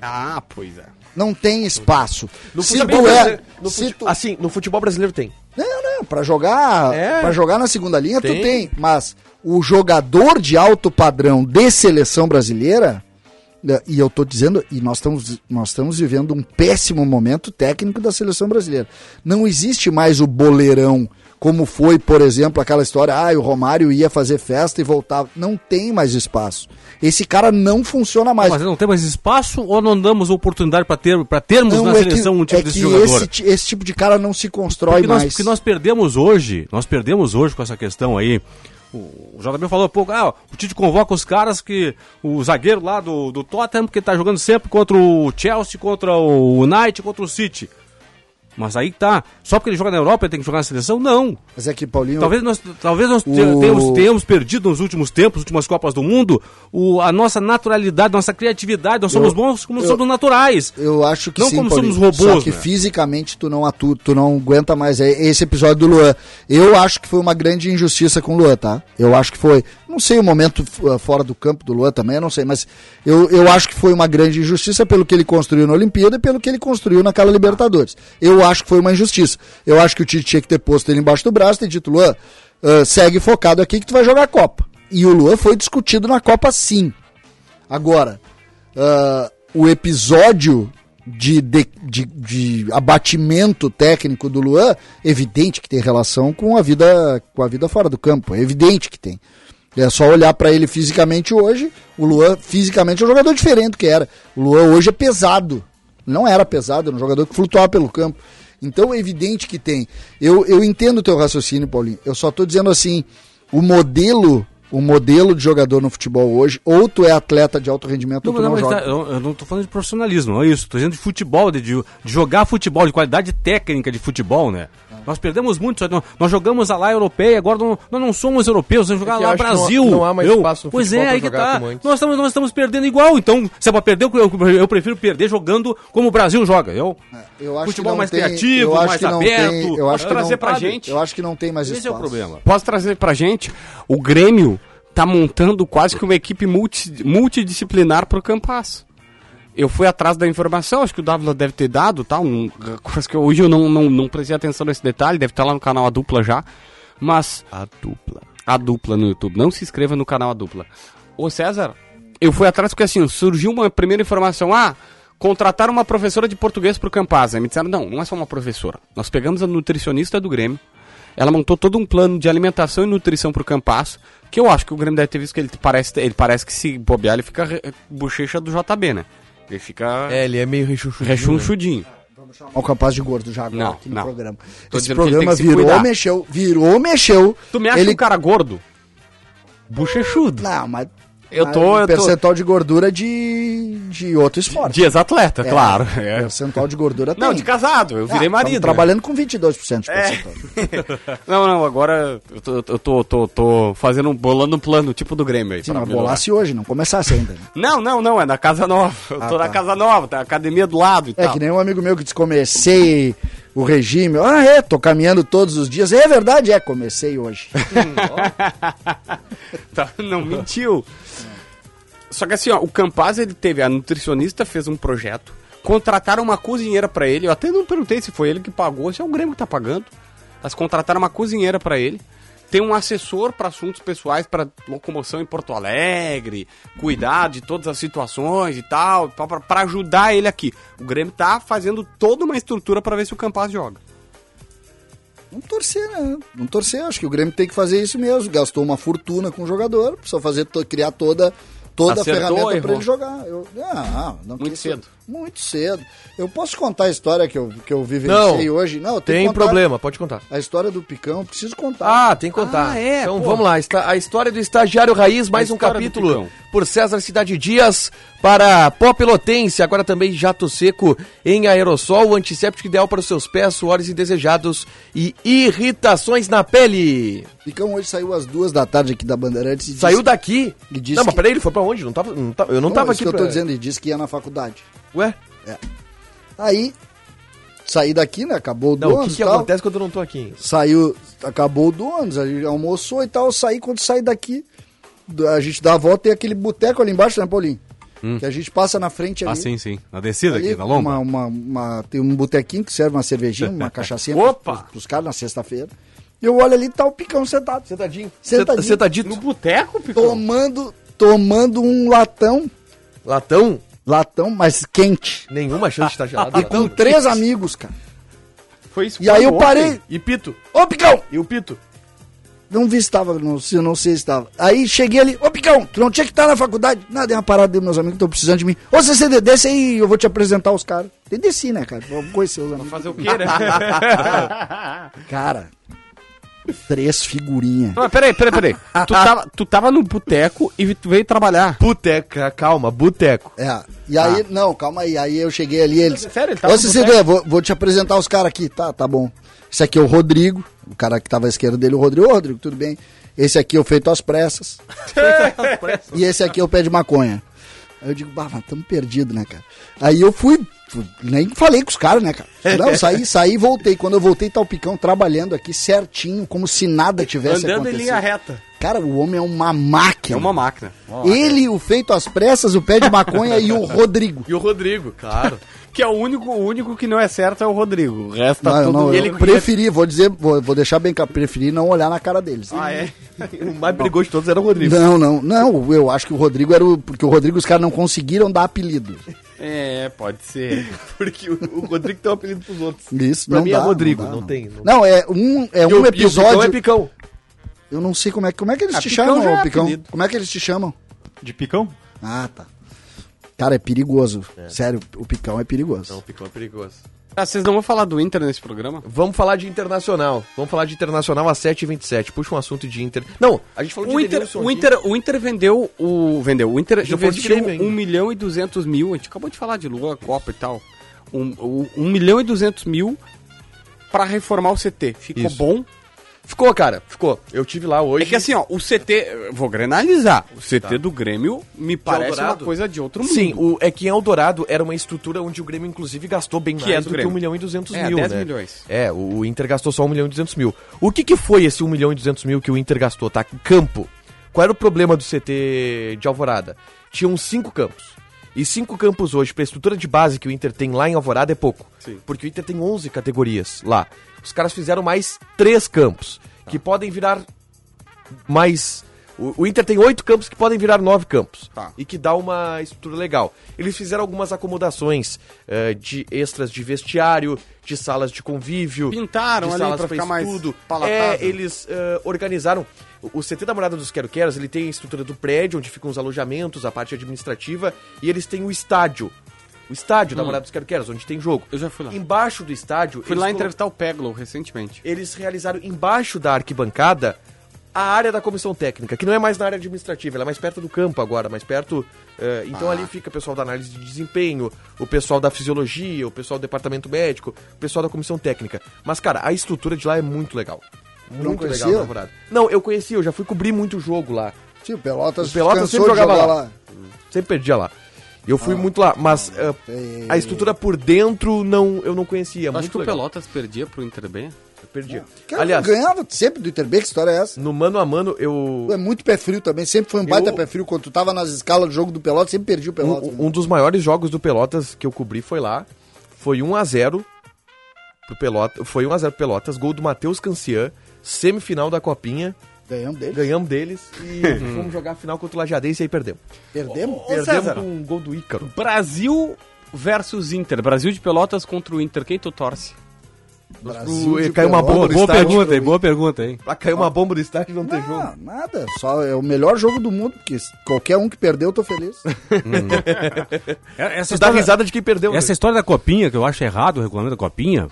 S5: Ah, pois é.
S6: Não tem espaço.
S2: No
S6: se
S2: futebol
S6: tu é.
S2: brasileiro- no
S6: se
S2: fute-
S5: Ah,
S6: tu-
S2: Assim, no futebol brasileiro tem.
S6: Não, não, pra jogar.
S2: É.
S6: Pra jogar na segunda linha,
S2: Tem.
S6: tu tem. Mas o jogador de alto padrão de seleção brasileira. né, E eu tô dizendo, e nós estamos, nós estamos vivendo um péssimo momento técnico da seleção brasileira. Não existe mais o boleirão, como foi, por exemplo, aquela história, ah, o Romário ia fazer festa e voltava. Não tem mais espaço. Esse cara não funciona mais.
S3: Mas não tem mais espaço ou não damos oportunidade para ter, pra termos
S6: Não,
S3: na seleção um tipo
S6: é
S3: desse
S6: que
S3: jogador?
S6: esse, ti- esse tipo de cara não se constrói
S3: porque nós,
S6: mais.
S3: porque nós perdemos hoje, nós perdemos hoje com essa questão aí. O, o JB falou há pouco, ah, o Tite convoca os caras que. O zagueiro lá do, do Tottenham, que tá jogando sempre contra o Chelsea, contra o United, contra o City. Mas aí tá. Só porque ele joga na Europa, ele tem que jogar na seleção? Não.
S6: Mas é que, Paulinho,
S3: Talvez nós, talvez nós te-
S6: O-
S3: tenhamos, tenhamos perdido nos últimos tempos, últimas Copas do Mundo, o, a nossa naturalidade, nossa criatividade. Nós somos
S6: Eu-
S3: bons como
S6: eu-
S3: somos naturais.
S6: eu acho que
S3: Não
S6: sim,
S3: como
S6: Paulinho.
S3: somos robôs,
S6: Só que
S3: né?
S6: fisicamente tu não atua, tu não aguenta mais é esse episódio do Luan. Eu acho que foi uma grande injustiça com o Luan, tá? Eu acho que foi, não sei o momento eh, fora do campo do Luan também, eu não sei, mas eu, eu acho que foi uma grande injustiça pelo que ele construiu na Olimpíada e pelo que ele construiu naquela Libertadores. Eu acho que foi uma injustiça. Eu acho que o Tite tinha que ter posto ele embaixo do braço e ter dito, Luan, eh, segue focado aqui que tu vai jogar a Copa. E o Luan foi discutido na Copa sim. Agora, ah, o episódio de, de, de- de abatimento técnico do Luan, evidente que tem relação com a vida, com a vida fora do campo, é evidente que tem. É só olhar pra ele fisicamente hoje. O Luan, fisicamente, é um jogador diferente do que era. O Luan hoje é pesado. Não era pesado, era um jogador que flutuava pelo campo. Então é evidente que tem. Eu, eu entendo o teu raciocínio, Paulinho. Eu só tô dizendo assim, o modelo, o modelo de jogador no futebol hoje, ou tu é atleta de alto rendimento
S3: Não,
S6: ou
S3: não,
S6: tu não,
S3: mas
S6: joga.
S3: tá, eu, eu não tô falando de profissionalismo, não é isso. Tô dizendo de futebol, de, de jogar futebol, de qualidade técnica de futebol, né? Nós perdemos muito, só que nós, nós jogamos a lá europeia, agora não, nós não somos europeus, nós
S2: É que
S3: jogamos
S2: eu
S3: lá
S2: acho que não-
S3: Brasil.
S2: não há mais
S3: eu,
S2: espaço no
S3: Pois
S2: futebol
S3: é,
S2: pra
S3: aí que
S2: jogar
S3: tá.
S2: como antes.
S3: Nós estamos, nós estamos perdendo igual, então, se é pra perder, eu, eu, eu prefiro perder jogando como o Brasil joga. Eu,
S6: É, Eu acho
S3: futebol
S6: que não
S3: mais
S6: tem-
S3: criativo,
S6: eu acho
S3: mais
S6: que não
S3: aberto.
S6: Tem, eu acho que
S5: trazer
S6: não,
S5: pra gente.
S6: Eu acho que não tem mais
S3: Esse é
S6: espaço.
S3: o problema.
S5: Posso trazer pra gente? O Grêmio tá montando quase que uma equipe multi- multidisciplinar pro Campas. Eu fui atrás da informação, acho que o Dávila deve ter dado, tá? Um, coisa que hoje eu não, não, não prestei atenção nesse detalhe, deve estar lá no canal A Dupla já. Mas. A Dupla. A Dupla no YouTube. Não se inscreva no canal A Dupla. Ô César, eu fui atrás porque assim, surgiu uma primeira informação. Ah, contrataram uma professora de português pro Campasa. Me disseram, não, não é só uma professora. Nós pegamos a nutricionista do Grêmio. Ela montou todo um plano de alimentação e nutrição pro Campasso, que eu acho que o Grêmio deve ter visto que ele parece, ele parece que se bobear, ele fica re- bochecha do JB, né? Ele fica
S2: É, ele é meio rechonchudinho.
S5: um rechonchudinho.
S6: Ao um capaz de gordo já agora
S5: Não,
S6: aqui no
S5: não.
S6: programa.
S5: Tô
S6: Esse
S5: dizendo que ele tem
S6: programa
S5: que se
S6: virou,
S5: cuidar.
S6: mexeu, virou, mexeu.
S5: Tu me acha
S6: ele...
S5: um cara gordo? Bochechudo.
S6: Não, mas
S5: Eu
S6: mas
S5: tô-
S6: o
S5: eu tô-
S6: percentual de gordura de de outro esporte.
S5: De ex-atleta,
S6: É,
S5: claro.
S6: o Percentual de gordura tem.
S5: Não, de casado, eu
S6: Ah,
S5: virei
S6: tamo
S5: marido. né? É.
S6: Trabalhando com 22% de percentual.
S5: Ah. Não, não, agora eu tô, eu tô, tô, tô fazendo, um- bolando um plano tipo do Grêmio aí.
S6: Sim,
S5: pra
S6: mas
S5: melhorar.
S6: bolasse hoje, não começasse ainda. né?
S5: Não, não, não, é da Casa Nova. Eu tô na Casa Nova, tá a academia do lado e
S6: É
S5: tal.
S6: que nem um amigo meu que disse, comecei o regime. Ah, é, tô caminhando todos os dias. É verdade, é, comecei
S5: <laughs>
S6: hoje.
S5: Tá, não mentiu. Só que assim, ó, o Campaz, ele teve, a nutricionista fez um projeto, contrataram uma cozinheira pra ele, eu até não perguntei se foi ele que pagou, se é o Grêmio que tá pagando. Elas contrataram uma cozinheira pra ele, tem um assessor pra assuntos pessoais, pra locomoção em Porto Alegre, cuidar de todas as situações e tal, pra- pra pra ajudar ele aqui. O Grêmio tá fazendo toda uma estrutura pra ver se o Campaz joga.
S6: Vamos torcer, né? Vamos torcer. Acho que o Grêmio tem que fazer isso mesmo. Gastou uma fortuna com o jogador, precisa fazer, to- criar toda, toda a
S5: Acertou,
S6: ferramenta para
S5: errou.
S6: ele jogar. Eu, ah, não, não
S5: Muito
S6: que isso-
S5: cedo.
S6: Muito cedo. Eu posso contar a história que eu, que eu vivenciei
S2: Não,
S6: hoje? Não, eu tenho que
S2: Tem
S6: contar
S2: problema, pode contar.
S6: A história do Picão, preciso contar.
S2: Ah, tem que contar.
S5: Ah, é,
S2: então
S5: pô.
S2: vamos lá. Esta- A história do estagiário raiz, mais
S5: A
S2: um
S5: história do
S2: capítulo
S5: Picão.
S2: por César Cidade Dias para pó pelotense, agora também jato seco em aerossol, o antisséptico ideal para os seus pés, suores indesejados e irritações na pele.
S6: Picão hoje saiu às duas da tarde aqui da Bandeirantes. e
S2: Saiu
S6: disse-
S2: daqui.
S6: E disse
S2: não, mas
S6: que-
S2: peraí, ele foi pra onde? Não tava, não tava- eu não,
S6: Não,
S2: tava aqui
S6: isso que eu tô
S2: pra-
S6: dizendo, ele disse que ia na faculdade. É.
S2: Ué?
S6: Aí, saí daqui, né? Acabou o
S2: Não, o
S6: dono
S2: que, que
S6: e tal.
S2: acontece quando eu não tô aqui? hein?
S6: Saiu, acabou o dono, a gente almoçou e tal. Eu saí, quando saí daqui, a gente dá a volta, tem aquele boteco ali embaixo, né, Paulinho?
S2: Hum.
S6: Que a gente passa na frente ali.
S3: Ah, sim, sim. Na descida
S6: Ali,
S3: aqui, tá na lomba.
S6: uma- uma- uma- tem um botequinho que serve uma
S2: <laughs>
S6: cervejinha, uma cachaçinha pros-
S5: Opa!
S6: Pros, pros caras na sexta-feira. E eu olho ali, tá o Picão sentado.
S2: Sentadinho.
S6: Sentadinho.
S2: tá Sentadito.
S5: No boteco, Picão?
S6: Tomando, tomando um latão,
S2: Latão?
S6: latão, mas quente.
S2: Nenhuma chance de estar gelado.
S6: E com três amigos, cara.
S5: Foi isso
S6: E aí eu
S5: ontem.
S6: parei.
S2: E Pito?
S6: Ô, Picão!
S2: E o Pito?
S6: Não vi se estava, não, se eu não sei se estava. Aí cheguei ali, ô Picão, tu não tinha que estar na faculdade. Nada, dei uma parada, dei meus amigos que estão precisando de mim. Ô, CCD, desce aí, eu vou te apresentar os caras. Tem desci, né, cara? Vamos conhecer os amigos.
S5: Fazer o quê, né?
S6: <laughs> Cara, três figurinhas.
S5: Não, mas peraí, peraí, peraí. Tu tava, tu tava no boteco e tu veio
S2: <laughs>
S5: trabalhar.
S2: Boteca, calma, boteco.
S6: É, e aí, não, calma aí, aí eu cheguei ali, eles...
S5: Tá. Sério, ele tava
S6: Ô,
S5: no
S6: CCD, vou, vou te apresentar os caras aqui. Tá, tá bom. Esse aqui é o Rodrigo, o cara que tava à esquerda dele, o Rodrigo. Ô, Rodrigo, tudo bem? Esse aqui eu feito às
S5: <laughs>
S6: pressas. e esse aqui é o pé de maconha. Aí eu digo, bah, mas tamo perdido, né, cara? Aí eu fui, fui- nem falei com os caras, né, cara? Não, saí, saí e voltei. Quando eu voltei, tá o Picão trabalhando aqui certinho, como se nada tivesse
S5: Andando em
S6: acontecido.
S5: linha reta.
S6: Cara, o homem é uma máquina.
S5: É uma máquina.
S6: Ele, o feito às pressas, o pé de maconha e o Rodrigo.
S2: E o Rodrigo,
S5: <laughs>
S2: claro.
S5: Que é o único, o único que não é certo é o Rodrigo. O resto tá
S6: Não, eu
S5: tudo...
S6: não,
S5: ele
S6: eu preferi, vou dizer, vou, vou deixar bem claro, preferi não olhar na cara deles.
S5: Ah, é?
S2: o mais perigoso de todos era o Rodrigo.
S6: Não, não, não, eu acho que o Rodrigo era o. Porque o Rodrigo os caras não conseguiram dar apelido.
S5: É, pode ser.
S2: Porque o, o Rodrigo tem um apelido pros outros.
S6: Isso,
S2: Pra
S6: não
S2: mim é
S6: dá,
S2: Rodrigo,
S6: não, dá,
S2: não tem, não-
S6: Não, é um, é
S2: E o-
S6: um
S2: e o
S6: episódio.
S2: Picão é picão.
S6: Eu não sei como é, que- como é que eles
S5: Ah,
S6: te
S5: Picão
S6: chamam,
S5: já é
S6: Picão.
S5: apelido.
S6: Como é que eles te chamam?
S7: De picão?
S6: Ah, tá. Cara, é perigoso. Sério, o Picão é perigoso.
S2: Picão é perigoso.
S5: Ah, vocês não vão falar do Inter nesse programa?
S2: Vamos falar de internacional. Vamos falar de internacional às 7h27. Puxa um assunto de Inter. Não, a gente falou de
S5: O Inter,
S2: Edenilson
S5: o,
S2: aqui.
S5: Inter, o Inter vendeu o. Vendeu. O Inter
S2: Já falou de
S5: investiu
S2: Grêmio ainda.
S5: 1 milhão e 200 mil. A gente acabou de falar de Lua, Copa e tal. 1 um, o- um milhão e 200 mil pra reformar o CT. Ficou
S2: Isso.
S5: bom.
S2: Ficou, cara, ficou. Eu tive lá hoje.
S5: É que assim, ó, o CT. eu Vou granalizar. O CT do Grêmio me parece uma
S2: Eldorado?
S5: coisa de outro mundo.
S2: Sim, o, é que em Eldorado era uma estrutura onde o Grêmio, inclusive, gastou bem
S5: Que
S2: mais
S5: é do
S2: do, que
S5: Grêmio.
S2: 1 milhão e 200
S5: É,
S2: mil,
S5: 10
S2: né?
S5: milhões.
S2: É, o, o Inter gastou só 1 milhão e 200 mil. O que, que foi esse 1 milhão e 200 mil que o Inter gastou, tá? Campo. Qual era o problema do CT de Alvorada? Tinham cinco campos. E cinco campos hoje, pra estrutura de base que o Inter tem lá em Alvorada, é pouco.
S5: Sim.
S2: Porque o Inter tem 11 categorias lá. Os caras fizeram mais três campos, que
S5: Tá.
S2: podem virar mais. O, o Inter tem oito campos que podem virar nove campos.
S5: Tá.
S2: E que dá uma estrutura legal. Eles fizeram algumas acomodações eh, de extras de vestiário, de salas de convívio.
S5: Pintaram
S2: de
S5: ali
S2: salas
S5: pra
S2: pra
S5: ficar mais
S2: estudo.
S5: palatável.
S2: É, eles eh, organizaram. O o CT da Morada dos Quero Queros, ele tem a estrutura do prédio, onde ficam os alojamentos, a parte administrativa, e eles têm o estádio. O estádio da Morada dos Quero Queros, onde tem jogo.
S5: Hum. Eu já fui lá.
S2: Embaixo do estádio.
S5: Fui
S2: eles
S5: lá
S2: colo-
S5: entrevistar o Peglo recentemente.
S2: eles realizaram embaixo da arquibancada a área da comissão técnica, que não é mais na área administrativa, ela é mais perto do campo agora, mais perto. eh, então ali fica o pessoal da análise de desempenho, o pessoal da fisiologia, o pessoal do departamento médico, o pessoal da comissão técnica. Mas, cara, a estrutura de lá é muito legal. Muito
S6: conhecia?
S2: legal, Alvorada. Não, eu conhecia, eu já fui cobrir muito jogo lá.
S6: Sim, o Pelotas,
S2: O Pelotas
S6: cansou
S2: sempre
S6: de
S2: jogava
S6: jogar
S2: lá. Sempre perdia lá. Eu fui muito lá, mas eh, a estrutura por dentro não, eu não conhecia.
S5: Eu acho
S2: muito
S5: que o
S2: legal.
S5: Pelotas perdia pro Inter B.
S2: Eu perdi.
S6: Cara,
S2: Aliás,
S6: ganhava sempre do Interbank, que história é essa?
S2: no mano a mano, eu.
S6: Tu é muito pé frio também, sempre foi um baita
S2: Eu-
S6: pé frio. Quando tu tava nas escalas do jogo do Pelotas, sempre perdi o Pelotas. né?
S2: Um, um dos maiores jogos do Pelotas que eu cobri foi lá. Foi 1 a 0 pro Pelotas, foi 1 a 0 pro Pelotas, gol do Matheus Cancian, semifinal da Copinha,
S6: Ganhamos dele.
S2: ganhamos deles e
S6: Uhum.
S2: fomos jogar a final contra o Lajadense e aí perdemos.
S6: Perdemos?
S2: perdemos
S5: César.
S2: com um gol do Ícaro.
S5: Brasil versus Inter. Brasil de Pelotas contra o Inter. Quem tu torce?
S6: Brasil de
S2: caiu uma
S6: Pelotas.
S2: boa,
S3: Boa
S2: estádio
S3: pergunta, hein? Boa pergunta, hein?
S2: Pra cair uma bomba no estádio não ter jogo.
S6: Ah, nada. Só é o melhor jogo do mundo, porque qualquer um que perdeu, eu tô feliz.
S3: Essa
S2: Você dá risada de quem perdeu. né?
S3: Essa é história da copinha, que eu acho errado, o regulamento da copinha,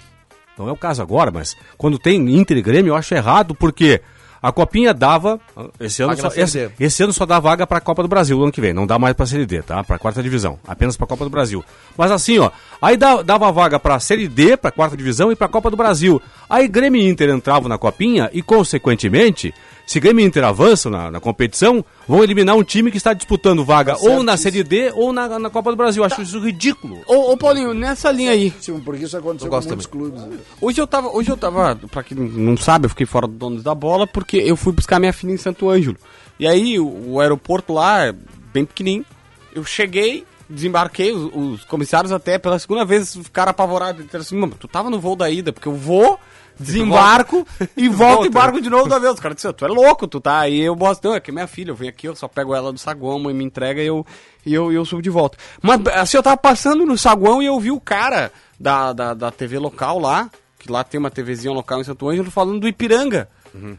S3: não é o caso agora, mas quando tem Inter e Grêmio, eu acho errado, porque a copinha dava. Esse ano,
S2: Vaga
S3: só,
S2: na Série
S3: esse,
S2: D.
S3: esse ano só dá vaga pra Copa do Brasil ano que vem. Não dá mais pra Série D, tá? Pra quarta divisão. Apenas pra Copa do Brasil. Mas assim, ó. Aí dá- dava vaga pra Série D, pra quarta divisão e pra Copa do Brasil. Aí Grêmio e Inter entravam na copinha e, consequentemente. Se Grêmio e Inter avançam na, na competição, vão eliminar um time que está disputando vaga ou na Série D ou na, na Copa do Brasil. Acho isso ridículo.
S5: Ô, ô, Paulinho, nessa linha aí,
S6: Sim, Porque isso aconteceu
S2: Eu
S6: com
S2: gosto
S6: muitos clubes. né?
S5: Hoje eu tava, hoje eu tava, pra quem não sabe, eu fiquei fora do dono da bola porque eu fui buscar minha filha em Santo Ângelo. E aí o, o aeroporto lá é bem pequenininho. Eu cheguei, desembarquei, os, os comissários até pela segunda vez ficaram apavorados. Disseram assim, mano, tu tava no voo da ida, porque eu vou, Tipo, desembarco e volto e
S3: né?
S5: embarco de novo da vez. Os caras disseram, tu é louco, tu tá aí. Eu mostro, não, é que é minha filha, eu venho aqui, eu só pego ela do saguão, a mãe me entrega e eu, e eu, e eu subo de volta. Mas assim, eu tava passando no saguão e eu vi o cara da, da, da TV local lá, que lá tem uma TVzinha local em Santo Ângelo, falando do Ipiranga.
S3: Uhum.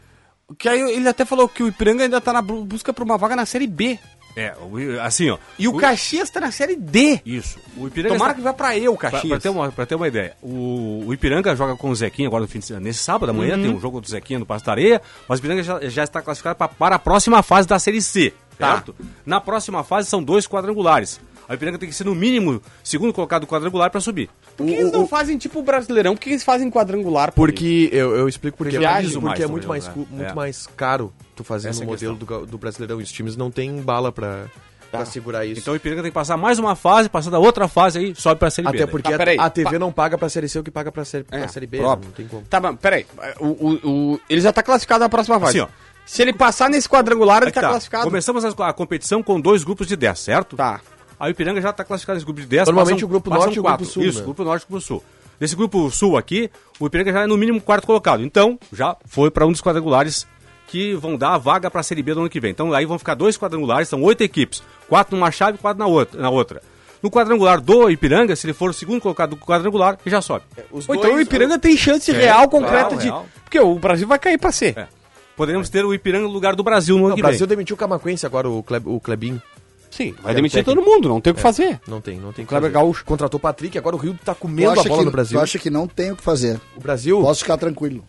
S5: Que aí ele até falou que o Ipiranga ainda tá na bu- busca por uma vaga na Série B.
S3: É, o- assim, ó.
S5: E o Caxias tá na Série D.
S3: Isso. O Ipiranga.
S5: Tomara
S3: está-
S5: que vá pra eu,
S3: Pra,
S5: Caxias.
S3: pra ter uma, pra ter uma ideia, o, o Ipiranga joga com o Zequinha agora no fim de semana. Nesse sábado amanhã
S5: Uhum.
S3: tem um jogo do Zequinha no Pasto da Areia, mas o Ipiranga já, já está classificado pra- para a próxima fase da Série C,
S5: Tá.
S3: certo? Na próxima fase são dois quadrangulares. A Ipiranga tem que ser no mínimo segundo colocado quadrangular para subir.
S5: Por que eles não fazem tipo o Brasileirão? Por que eles fazem quadrangular?
S2: Porque eu, eu explico por quê.
S3: Viagem
S2: porque
S3: mais,
S2: é muito, mais,
S3: talvez,
S2: cu-
S3: né?
S2: muito
S3: É.
S2: mais caro tu fazer
S3: Essa é
S2: no
S3: a
S2: modelo do, ga- do Brasileirão. E os times não têm bala pra, pra segurar isso.
S3: Então o Ipiranga tem que passar mais uma fase, passando a outra fase aí, sobe para a Série B. né?
S2: Até
S3: daí.
S2: porque
S5: Tá,
S2: a-
S5: peraí. É,
S2: a, TV não paga pra Série C o que paga pra Série, pra série B.
S5: próprio.
S2: Não tem como.
S5: Tá, mas peraí. O, o, o- ele já tá classificado na próxima fase.
S3: Assim, ó.
S5: Se ele passar nesse quadrangular, ele
S3: Aí que
S5: tá,
S3: tá.
S5: classificado.
S3: Começamos a, a competição com dois grupos de 10, certo?
S5: Tá.
S3: Aí o Ipiranga já está classificado nesse grupo de 10.
S2: Normalmente o grupo
S3: passam
S2: norte e o
S3: quatro.
S2: grupo sul,
S3: Isso,
S2: né?
S3: grupo norte e grupo sul. Nesse grupo sul aqui, o Ipiranga já é no mínimo quarto colocado. Então, já foi para um dos quadrangulares que vão dar a vaga para a Série B do ano que vem. Então, aí vão ficar dois quadrangulares, são oito equipes. Quatro numa chave e quatro na outra. Na outra. No quadrangular do Ipiranga, se ele for o segundo colocado do quadrangular, ele já sobe.
S2: Os
S5: Ou então o Ipiranga tem chance real, concreta
S3: claro,
S5: de.
S3: real.
S5: Porque o Brasil vai cair pra ser.
S3: É. Poderíamos ter o Ipiranga no lugar do Brasil no ano
S2: Não, o
S3: que
S2: Brasil
S3: vem.
S2: demitiu o Camaquense agora, o, Kleb, o Klebin.
S5: Sim, vai
S2: É,
S5: demitir
S2: técnico.
S5: todo mundo, não
S3: é.
S5: tem o que fazer.
S2: Não tem, não tem. o que
S5: Kleber
S2: fazer.
S5: Gaúcho.
S2: Contratou o Patrick, agora o Rio tá
S6: Tu
S2: comendo a
S6: acha,
S2: bola
S6: que,
S2: no Brasil.
S6: tu acha que não tem o que fazer?
S2: O Brasil...
S6: Posso ficar tranquilo.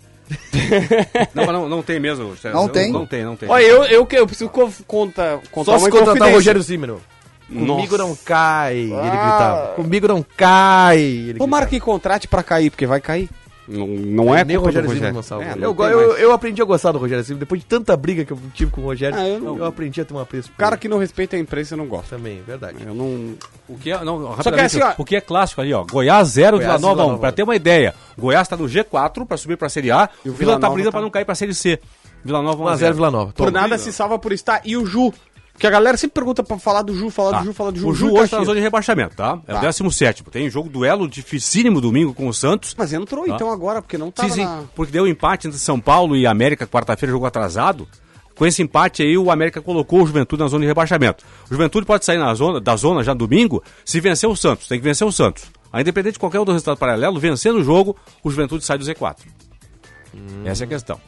S3: Não, mas não, não tem mesmo. César.
S6: Não tem.
S3: Não tem, não tem.
S5: Olha, eu, eu, que- eu preciso co- conta, contar
S2: Só se contratar o
S5: inconfidência.
S2: Rogério Zimeno. Comigo não cai, ele
S6: Ah.
S2: gritava. Comigo não cai, ele
S5: Tomara que contrate pra cair, porque vai cair. Não, não é
S2: Nem o
S5: culpa do
S2: Rogério Zimmermann salva.
S5: É, não
S2: eu,
S5: tem
S2: eu,
S5: mais.
S2: eu aprendi a gostar do Rogério Zimmermann. Depois de tanta briga que eu tive com o Rogério,
S5: Ah, eu
S2: eu,
S5: não-
S2: aprendi a tomar preço.
S5: O cara que não respeita a imprensa, eu não gosto.
S2: Também, verdade.
S5: Eu não...
S3: O que é, não,
S5: Só que
S3: rapidamente,
S5: assim, ó-
S3: o que é clássico ali, ó. Goiás 0, Vila
S2: Goiás e
S3: Nova
S2: Vila
S3: 1.
S2: Nova.
S3: Pra ter uma ideia, o Goiás tá no G4 pra subir pra Série A. E o Vila,
S5: Vila
S3: tá
S5: Nova
S3: brigando pra
S5: tá-
S3: não cair pra Série C. Vila Nova 1 a
S2: 1x0
S3: 0.
S2: Vila Nova.
S5: é. Por
S2: Toma.
S5: nada se salva por estar. E o Ju. Que a galera sempre pergunta pra falar do Ju, falar
S3: Tá.
S5: do Ju, falar do Ju.
S3: O Ju
S5: e
S3: hoje tá na
S5: Caxias.
S3: zona de rebaixamento, tá? É
S5: Tá.
S3: o 17. Tem jogo duelo dificílimo domingo com o Santos.
S5: Mas entrou então agora, porque não
S3: Sim,
S5: tava
S3: sim,
S5: na...
S3: porque deu um empate entre São Paulo e América quarta-feira, jogo atrasado. Com esse empate aí, o América colocou o Juventude na zona de rebaixamento. O Juventude pode sair na zona, da zona já domingo se vencer o Santos. Tem que vencer o Santos. Aí, independente de qualquer outro resultado paralelo, vencendo o jogo, o Juventude sai do Z4. Essa é a questão.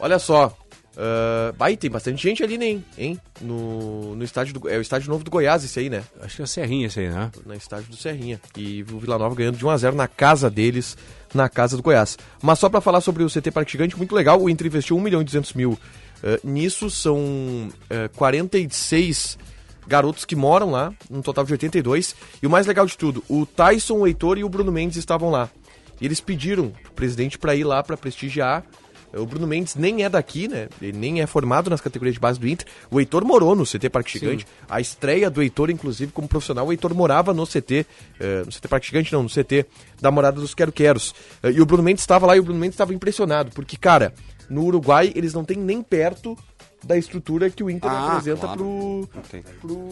S2: Olha só. ah, aí tem bastante gente ali, né, hein? hein? No, no estádio do... É o estádio novo do Goiás esse aí, né?
S3: Acho que é a Serrinha esse aí, né?
S2: Na estádio do Serrinha. E o Vila Nova ganhando de 1x0 na casa deles, na casa do Goiás. Mas só pra falar sobre o CT Parque Gigante, muito legal. O Inter investiu 1 milhão e 200 mil. ah, nisso são ah, 46 garotos que moram lá, um total de 82. E o mais legal de tudo, o Tyson, o Heitor e o Bruno Mendes estavam lá. E eles pediram pro presidente pra ir lá pra prestigiar. O Bruno Mendes nem é daqui, né? Ele nem é formado nas categorias de base do Inter. O Heitor morou no CT Parque Gigante. A estreia do Heitor, inclusive, como profissional, o Heitor morava no CT, eh, no CT Parque Gigante, não, no CT da Morada dos Quero Queros. Eh, e o Bruno Mendes estava lá e o Bruno Mendes estava impressionado, porque, cara, no Uruguai eles não têm nem perto da estrutura que o Inter
S5: Ah,
S2: apresenta
S5: claro.
S2: pro.
S5: Não tem.
S2: pro...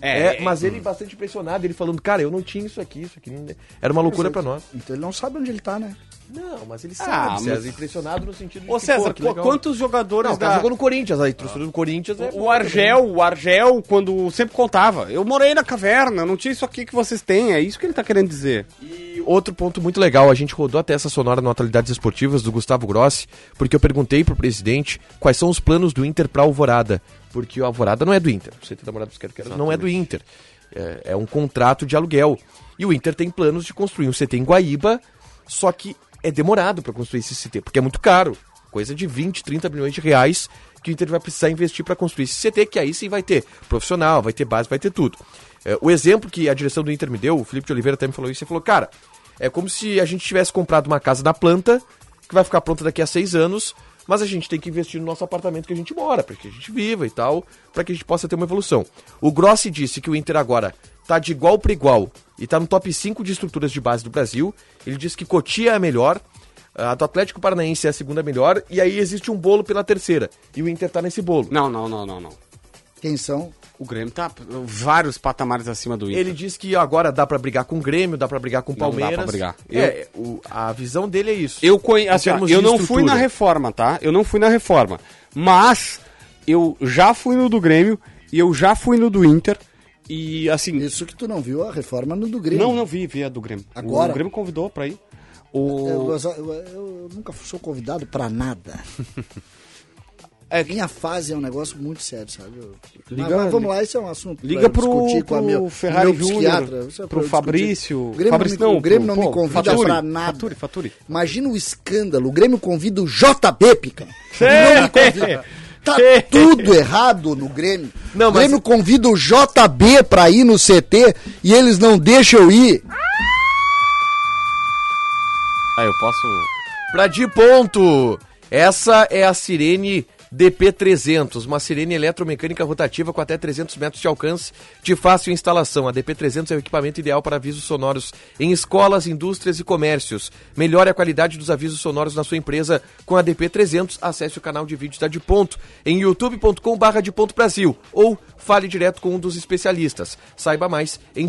S5: É,
S2: É, mas ele bastante impressionado, ele falando, cara, eu não tinha isso aqui, isso aqui não- é-" era uma loucura pra nós.
S6: Então ele não sabe onde ele tá, né?
S2: Não, mas ele
S5: Ah,
S2: sabe, César,
S5: mas-
S2: impressionado no sentido de
S5: Ô
S2: que,
S5: César,
S2: pô, que
S5: qu-
S2: legal.
S5: quantos jogadores
S2: Não, o cara
S5: da...
S2: jogou no Corinthians, a estrutura do Corinthians é
S5: O Argel, o Argel, quando sempre contava, eu morei na caverna, não tinha isso aqui que vocês têm, é isso que ele tá querendo dizer.
S2: E outro ponto muito legal, a gente rodou até essa sonora no Atualidades Esportivas do Gustavo Grossi, porque eu perguntei pro presidente quais são os planos do Inter pra Alvorada, porque o Alvorada não é do Inter, o CT da Morada dos Quero não é do Inter, é, é um contrato de aluguel. E o Inter tem planos de construir um CT em Guaíba, só que é demorado pra construir esse CT, porque é muito caro, coisa de 20, 30 milhões de reais que o Inter vai precisar investir pra construir esse CT, que aí sim vai ter profissional, vai ter base, vai ter tudo. É, o exemplo que a direção do Inter me deu, o Felipe de Oliveira até me falou isso, ele falou, cara, é como se a gente tivesse comprado uma casa da planta, que vai ficar pronta daqui a seis anos, mas a gente tem que investir no nosso apartamento que a gente mora, para que a gente viva e tal, para que a gente possa ter uma evolução. O Grossi disse que o Inter agora tá de igual para igual e tá no top 5 de estruturas de base do Brasil. Ele disse que Cotia é a melhor, a do Atlético Paranaense é a segunda melhor, e aí existe um bolo pela terceira. E o Inter tá nesse bolo.
S5: Não, não, não, não, não.
S6: Quem são?
S5: O Grêmio tá vários patamares acima do Inter.
S2: Ele diz que agora dá pra brigar com o Grêmio, dá pra brigar com o
S5: Não dá
S2: Palmeiras.
S5: pra brigar.
S2: É, o- a visão dele é isso.
S5: Eu, conhe-
S2: Em
S5: assim, ó,
S2: termos
S5: eu
S2: de
S5: não
S2: estrutura.
S5: fui na reforma, tá? Eu não fui na reforma. Mas eu já fui no do Grêmio e eu já fui no do Inter. E assim.
S6: Isso que tu não viu, a reforma no do Grêmio.
S5: Não, não vi, vi a do Grêmio.
S6: Agora? É,
S5: O Grêmio convidou pra ir. O...
S6: Eu, eu- eu nunca sou convidado pra nada. Minha fase é um negócio muito sério, sabe? Eu-
S5: Liga-
S6: Mas vamos lá, esse é um assunto. pra
S5: Liga
S6: eu
S5: pro-
S6: discutir com a
S5: pro
S6: meu,
S5: Ferrari
S6: meu psiquiatra,
S5: Júnior,
S6: isso é pra
S5: pro
S6: eu discutir.
S5: Fabrício.
S6: O Grêmio
S5: Fabrício
S6: não, me,
S5: não,
S6: o Grêmio
S5: pro-
S6: não me
S5: pô,
S6: convida
S5: Faturi.
S6: pra nada.
S5: Faturi, Faturi.
S6: Imagina o escândalo. O Grêmio convida o JB, Pica. Não me convida. Tá tudo errado no Grêmio.
S2: Não,
S6: o
S2: mas-
S6: Grêmio convida o JB pra ir no CT e eles não deixam eu ir.
S5: Ah, eu posso.
S2: Pra de ponto! Essa é a Sirene DP300, uma sirene eletromecânica rotativa com até 300 metros de alcance de fácil instalação. A DP300 é o equipamento ideal para avisos sonoros em escolas, indústrias e comércios. Melhore a qualidade dos avisos sonoros na sua empresa com a DP300. Acesse o canal de vídeos da De Ponto em youtube.com/barra de ponto Brasil ou fale direto com um dos especialistas. Saiba mais em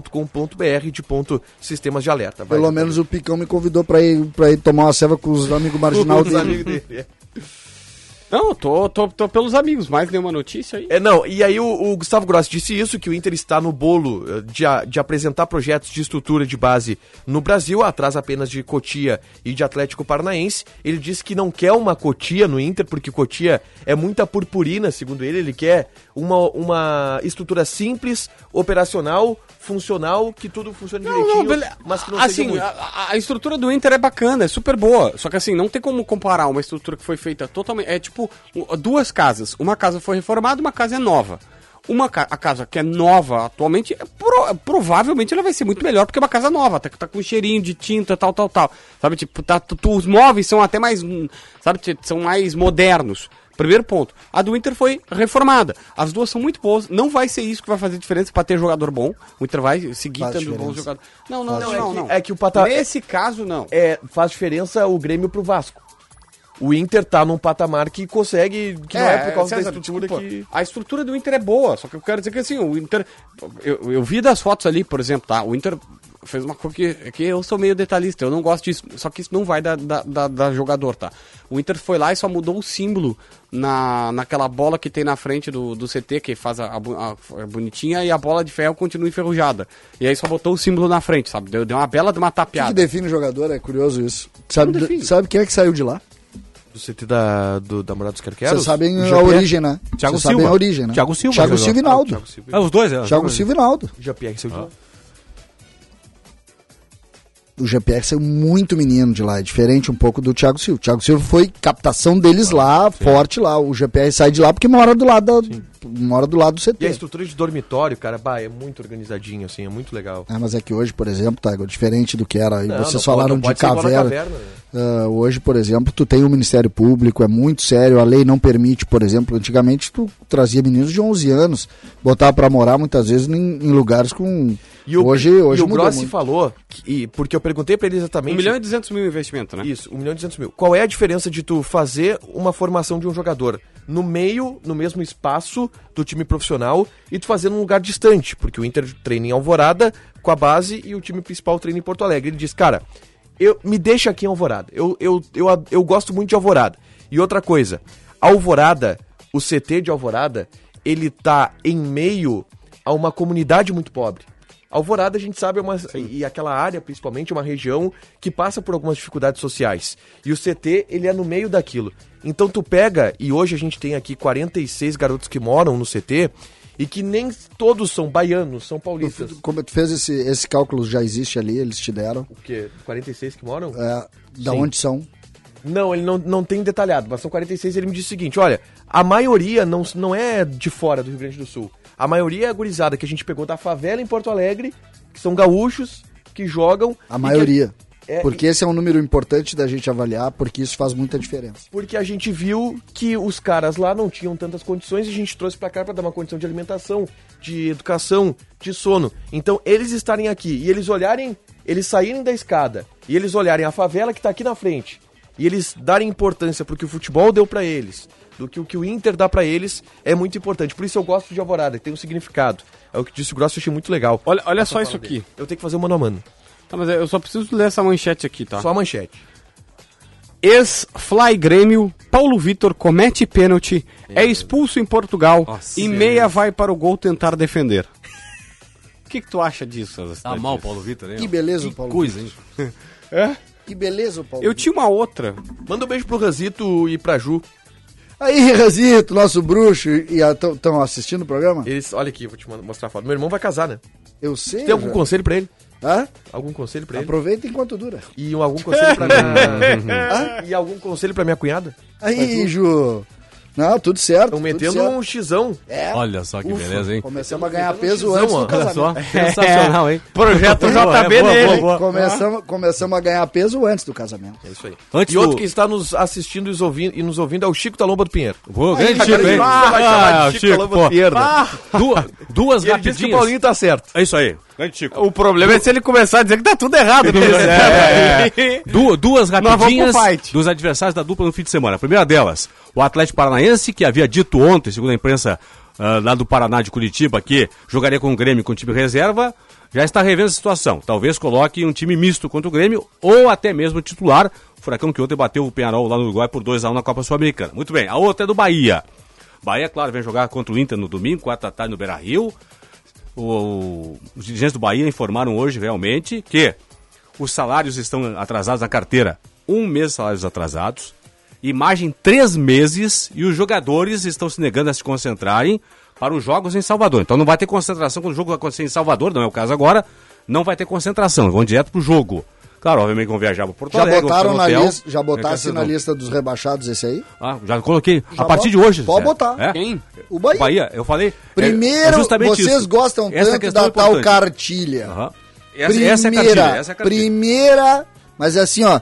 S2: deponto.com.br de ponto Sistemas de Alerta. Vai,
S6: Pelo menos o Picão me convidou pra ir, pra ir tomar uma ceva com os
S2: <laughs>
S6: amigos marginal
S2: os
S6: dele.
S2: amigos dele. é.
S5: Não, eu tô, tô, tô pelos amigos, mais nenhuma notícia aí.
S2: É, não, e aí o, o Gustavo Grossi disse isso, que o Inter está no bolo eh, de, a- de apresentar projetos de estrutura de base no Brasil, atrás apenas de Cotia e de Atlético Paranaense. Ele disse que não quer uma Cotia no Inter, porque Cotia é muita purpurina, segundo ele. Ele quer uma, uma estrutura simples, operacional, funcional, que tudo funcione direitinho,
S5: beleza.
S2: mas que não seja
S5: assim,
S2: muito.
S5: a, a- a estrutura do Inter é bacana, é super boa. Só que assim, não tem como comparar uma estrutura que foi feita totalmente. É tipo u- duas casas. Uma casa foi reformada, uma casa é nova. Uma ca- a casa que é nova atualmente, é pro- provavelmente ela vai ser muito melhor porque é uma casa nova, tá, tá com cheirinho de tinta, tal, tal, tal. Sabe, tipo, tá, tu- tu- os móveis são até mais, hum, sabe, t- são mais modernos. Primeiro ponto. A do Inter foi reformada. As duas são muito boas. Não vai ser isso que vai fazer diferença pra ter jogador bom. O Inter vai seguir
S6: Faz
S5: tendo bons
S6: diferença.
S5: jogadores. Não, não, não,
S2: Não, é
S5: não,
S2: que-
S5: não.
S2: é que o patamar-
S5: Nesse caso, não.
S2: É, faz diferença o Grêmio pro Vasco. O Inter tá num patamar que consegue, que não é por causa
S5: César,
S2: da estrutura
S5: desculpa,
S2: que...
S5: A estrutura do Inter é boa, só que eu quero dizer que assim, o Inter. Eu, eu vi das fotos ali, por exemplo, tá? O Inter fez uma coisa que, que eu sou meio detalhista, eu não gosto disso, só que isso não vai da, da, da- da jogador, tá? O Inter foi lá e só mudou o símbolo na, naquela bola que tem na frente do, do CT, que faz a, a bu- a- a bonitinha, e a bola de ferro continua enferrujada. E aí só botou o símbolo na frente, sabe? Deu, deu uma bela de uma
S6: O que que
S5: tapeada.
S6: define o jogador? É curioso isso. Sabe, sabe quem é que saiu de lá?
S2: Do CT da, do, da Morada é dos Carqueiros?
S6: Vocês sabem
S2: O
S6: a
S2: Jean Pierre-
S6: origem, né?
S3: Thiago
S6: Vocês sabem
S3: Silva.
S6: a origem, né?
S3: Thiago Silva
S6: Thiago
S3: jogou.
S6: Silva e Naldo.
S3: Ah, os dois, é.
S6: Thiago Silva e Naldo.
S2: JPR
S5: Ah.
S2: saiu de lá.
S6: O GPR saiu muito menino de lá, é diferente um pouco do Thiago Silva. O Thiago Silva foi captação deles lá, forte lá. O GPR sai de lá porque mora do lado, da, mora do, lado do
S2: E a
S6: CT.
S2: estrutura de dormitório, cara, bah, é muito organizadinho, assim, é muito legal.
S6: Ah, mas é que hoje, por exemplo, tá diferente do que era. E
S2: Não,
S6: vocês
S2: não
S6: falaram
S2: pode- não
S6: de
S2: pode ser igual na
S6: caverna.
S2: caverna, né?
S6: Ah, hoje, por exemplo, tu tem o Ministério Público, é muito sério, a lei não permite, por exemplo, antigamente tu trazia meninos de 11 anos, botava pra morar muitas vezes em, em lugares com...
S2: E o,
S6: hoje
S2: e
S6: hoje
S2: o
S6: mudou
S2: Grossi
S6: muito.
S2: falou, que- e- porque eu perguntei pra ele exatamente...
S5: 1 milhão e 200 mil investimento, né?
S2: Isso, 1 milhão e 200 mil. Qual é a diferença de tu fazer uma formação de um jogador no meio, no mesmo espaço do time profissional e tu fazer num lugar distante, porque o Inter treina em Alvorada com a base e o time principal treina em Porto Alegre. Ele diz, cara, eu, me deixa aqui em Alvorada. Eu, eu, eu, ad- eu gosto muito de Alvorada. E outra coisa, Alvorada, o CT de Alvorada, ele tá em meio a uma comunidade muito pobre. Alvorada, a gente sabe, é uma, e aquela área, principalmente, é uma região que passa por algumas dificuldades sociais. E o CT, ele é no meio daquilo. Então tu pega, e hoje a gente tem aqui 46 garotos que moram no CT, e que nem todos são baianos, são paulistas.
S6: Como tu fez esse, esse cálculo, já existe ali, eles te deram.
S2: O quê? 46 que moram?
S6: É, da onde são?
S2: Não, ele não, não tem detalhado, mas são 46 ele me disse o seguinte, olha, a maioria não, não é de fora do Rio Grande do Sul. A maioria é a gurizada que a gente pegou da favela em Porto Alegre, que são gaúchos, que jogam... e
S6: A
S2: que-
S6: maioria.
S2: É,
S6: Porque esse é um número importante da gente avaliar, porque isso faz muita diferença.
S2: porque a gente viu que os caras lá não tinham tantas condições e a gente trouxe pra cá pra dar uma condição de alimentação, de educação, de sono. Então eles estarem aqui e eles olharem, eles saírem da escada e eles olharem a favela que tá aqui na frente e eles darem importância pro que o futebol deu pra eles, do que o que o Inter dá pra eles é muito importante. Por isso eu gosto de Alvorada, tem um significado. É o que disse o Grosso, eu achei muito legal.
S5: Olha, olha só isso aqui.
S2: Eu tenho que fazer o mano a mano.
S5: Tá, mas eu só preciso ler essa manchete aqui, tá?
S2: Só a manchete.
S5: Ex-Fly Grêmio, Paulo Vitor comete pênalti, é expulso em Portugal e meia vai para o gol tentar defender. O que, que tu acha disso?
S3: Tá mal, Paulo Vitor, hein?
S6: Que beleza, o Paulo.
S3: coisa, hein?
S2: <laughs> É?
S6: Que beleza, o Paulo.
S5: Eu tinha uma outra.
S2: Manda um beijo pro Ranzito e pra Ju.
S6: Aí, Razito, nosso bruxo, e estão assistindo o programa?
S2: Eles, olha aqui, eu vou te man- mostrar a foto. Meu irmão vai casar, né?
S6: Eu sei.
S2: Tem algum
S6: já.
S2: conselho pra ele?
S6: Hã?
S2: Algum conselho pra ele?
S6: Aproveita enquanto dura.
S2: E um- algum conselho
S6: <laughs>
S2: pra
S6: Ah,
S2: minha... E algum conselho pra minha cunhada?
S6: Aí, Ju. Não, tudo certo.
S2: Estão
S6: tudo
S2: metendo
S6: certo. É,
S2: um xizão.
S3: Olha só que
S6: Ufa,
S3: beleza, <laughs> hein?
S6: Começamos a ganhar peso
S2: ó.
S6: antes
S2: É,
S6: É do
S3: Olha
S6: casamento.
S3: só, É, sensacional, hein?
S5: Projeto
S3: tá
S5: JB
S3: boa,
S5: dele.
S3: boa, boa.
S6: Começamos, começamos a ganhar peso antes do casamento.
S2: É isso aí.
S3: Antes
S2: e
S3: do-
S2: outro que está nos assistindo e nos ouvindo, e nos ouvindo é o Chico Talomba do Pinheiro.
S3: Boa, grande
S2: Agora
S3: Chico,
S2: ele
S3: hein?
S2: vai chamar
S3: Ah,
S2: de Chico
S3: Chico,
S2: Colombo
S3: pô. Ah,
S2: Pinheiro.
S3: Duas, <laughs> duas
S2: E ele disse que o
S3: rapidinhas.
S2: Paulinho tá certo.
S3: É isso aí. Grande Chico.
S5: O problema é se ele começar a dizer que tá tudo <laughs> errado. No É,
S3: Du- duas
S5: vamos pro
S3: rapidinhas
S5: fight.
S3: dos adversários da dupla no fim de semana. A primeira delas, o Atlético Paranaense, que havia dito ontem, segundo a imprensa ah, lá do Paraná de Curitiba, que jogaria com o Grêmio com o time reserva, já está revendo a situação. Talvez coloque um time misto contra o Grêmio ou até mesmo titular. O Furacão que ontem bateu o Penharol lá no Uruguai por 2x1 na Copa Sul-Americana. Muito bem, a outra é do Bahia. Bahia, claro, vem jogar contra o Inter no domingo, 4 da tarde no Beira-Rio. O- os dirigentes do Bahia informaram hoje realmente que os salários estão atrasados na carteira. Um mês de salários atrasados, imagem três meses e os jogadores estão se negando a se concentrarem para os jogos em Salvador. Então não vai ter concentração quando o jogo vai acontecer em Salvador, não é o caso agora. Não vai ter concentração, vão direto pro jogo. Claro, obviamente vão viajar para Porto
S6: Já
S3: Alegre, vão ficar
S6: botaram
S3: no
S6: na
S3: hotel.
S6: lista, já botasse na
S3: É Não.
S6: lista dos rebaixados esse aí?
S3: Ah, já coloquei.
S6: Já
S3: a partir de
S6: bota-
S3: hoje.
S6: pode
S3: Zé.
S6: botar.
S3: É.
S5: Quem?
S6: O Bahia.
S3: O Bahia, eu falei. é-
S6: Primeiro,
S3: é justamente
S6: vocês
S3: isso.
S6: gostam
S3: Essa
S6: tanto
S3: questão
S6: da
S3: é
S6: tal
S3: importante.
S6: cartilha.
S3: Aham. Essa, essa é a cartilha. Essa é a cartilha.
S6: primeira, mas é assim, ó,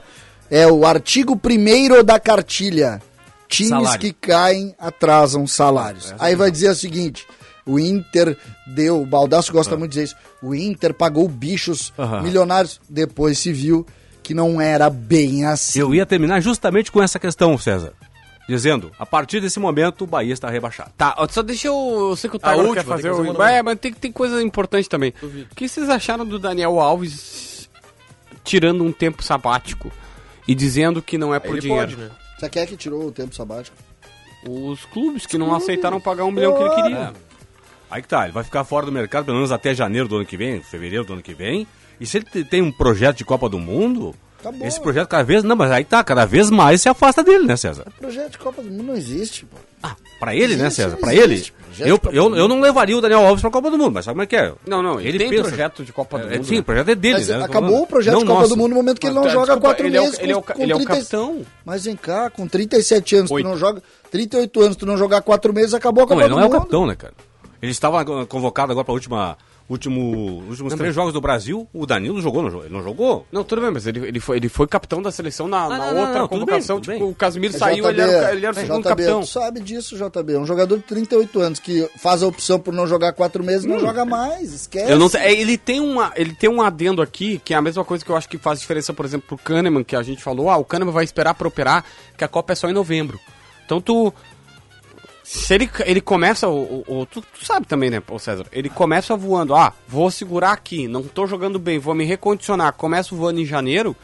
S6: é o artigo primeiro da cartilha. Times
S3: Salário.
S6: que caem atrasam salários. Aí vai dizer o seguinte: o Inter deu, o Baldasso gosta muito de dizer isso, o Inter pagou bichos
S3: Ah. Aham.
S6: milionários, depois se viu que não era bem assim.
S3: Eu ia terminar justamente com essa questão, César. Dizendo, a partir desse momento, o Bahia está rebaixado.
S5: Tá, ó, só deixa eu. Eu sei que o
S2: A
S5: Tiago
S2: última,
S5: quer fazer
S2: tem que fazer
S5: o.
S2: uma
S5: É, mas tem, tem coisa importante também. O que vocês acharam do Daniel Alves tirando um tempo sabático e dizendo que não é por dinheiro?
S2: né?
S6: Você quer é que tirou o tempo sabático?
S5: Os clubes que não aceitaram pagar um milhão que ele queria.
S3: Aí que tá, ele vai ficar fora do mercado pelo menos até janeiro do ano que vem, fevereiro do ano que vem. E se ele te- tem um projeto de Copa do Mundo,
S6: Acabou.
S3: esse projeto cada vez. Não, mas aí tá, cada vez mais se afasta dele, né, César?
S6: Projeto de Copa do Mundo não existe, pô.
S3: Ah, pra ele, né,
S6: Existe,
S3: César? Pra ele.
S6: existe. Projeto
S3: Eu,
S6: de Copa
S3: eu,
S6: do
S3: eu não levaria o Daniel Alves pra Copa do Mundo, mas sabe como é que é?
S5: Não, não, ele, tem
S3: pensa-
S5: projeto de Copa do
S3: É,
S5: Mundo.
S3: sim, o projeto é dele,
S6: Mas
S3: né?
S6: acabou o projeto
S3: Não
S6: de Copa
S3: nosso.
S6: do Mundo no momento que ele não
S5: Tá,
S6: joga há
S5: desculpa,
S6: quatro
S5: ele é o-
S6: meses.
S5: ele é o
S6: com-
S5: ca-
S6: com
S5: ele é o
S6: 30
S5: capitão.
S6: Mas vem cá, com 37 anos
S5: Oito.
S6: tu não joga. 38 anos tu não jogar quatro meses, acabou a Copa
S3: Não, ele
S6: do
S3: não é o
S6: Mundo.
S3: capitão, né, cara? Ele estava ah, convocado agora para última, último, últimos três jogos do Brasil. O Danilo jogou, não jogou? Ele não jogou?
S5: Não, tudo bem, mas ele, ele, foi, ele foi capitão da seleção na, na
S3: não, não,
S5: outra
S3: não, tudo
S5: convocação.
S3: bem, tudo
S5: tipo,
S3: bem.
S5: o Casimiro
S6: É,
S5: saiu,
S6: JB,
S5: ele era, ele era o
S6: é,
S5: segundo
S6: JB,
S5: capitão.
S6: Tu sabe disso, JB. Um jogador de 38 anos que faz a opção por não jogar quatro meses, não joga mais, esquece.
S5: Hum. Eu não sei, é, ele tem uma, ele tem um adendo aqui que é a mesma coisa que eu acho que faz diferença, por exemplo, pro Kahneman, que a gente falou, ah, o Kahneman vai esperar pra operar, que a Copa é só em novembro. Então tu Se ele, ele começa, o, o- o- tu, tu sabe também, né, ô César? Ele começa voando, ah, vou segurar aqui, não tô jogando bem, vou me recondicionar. Começo voando em janeiro.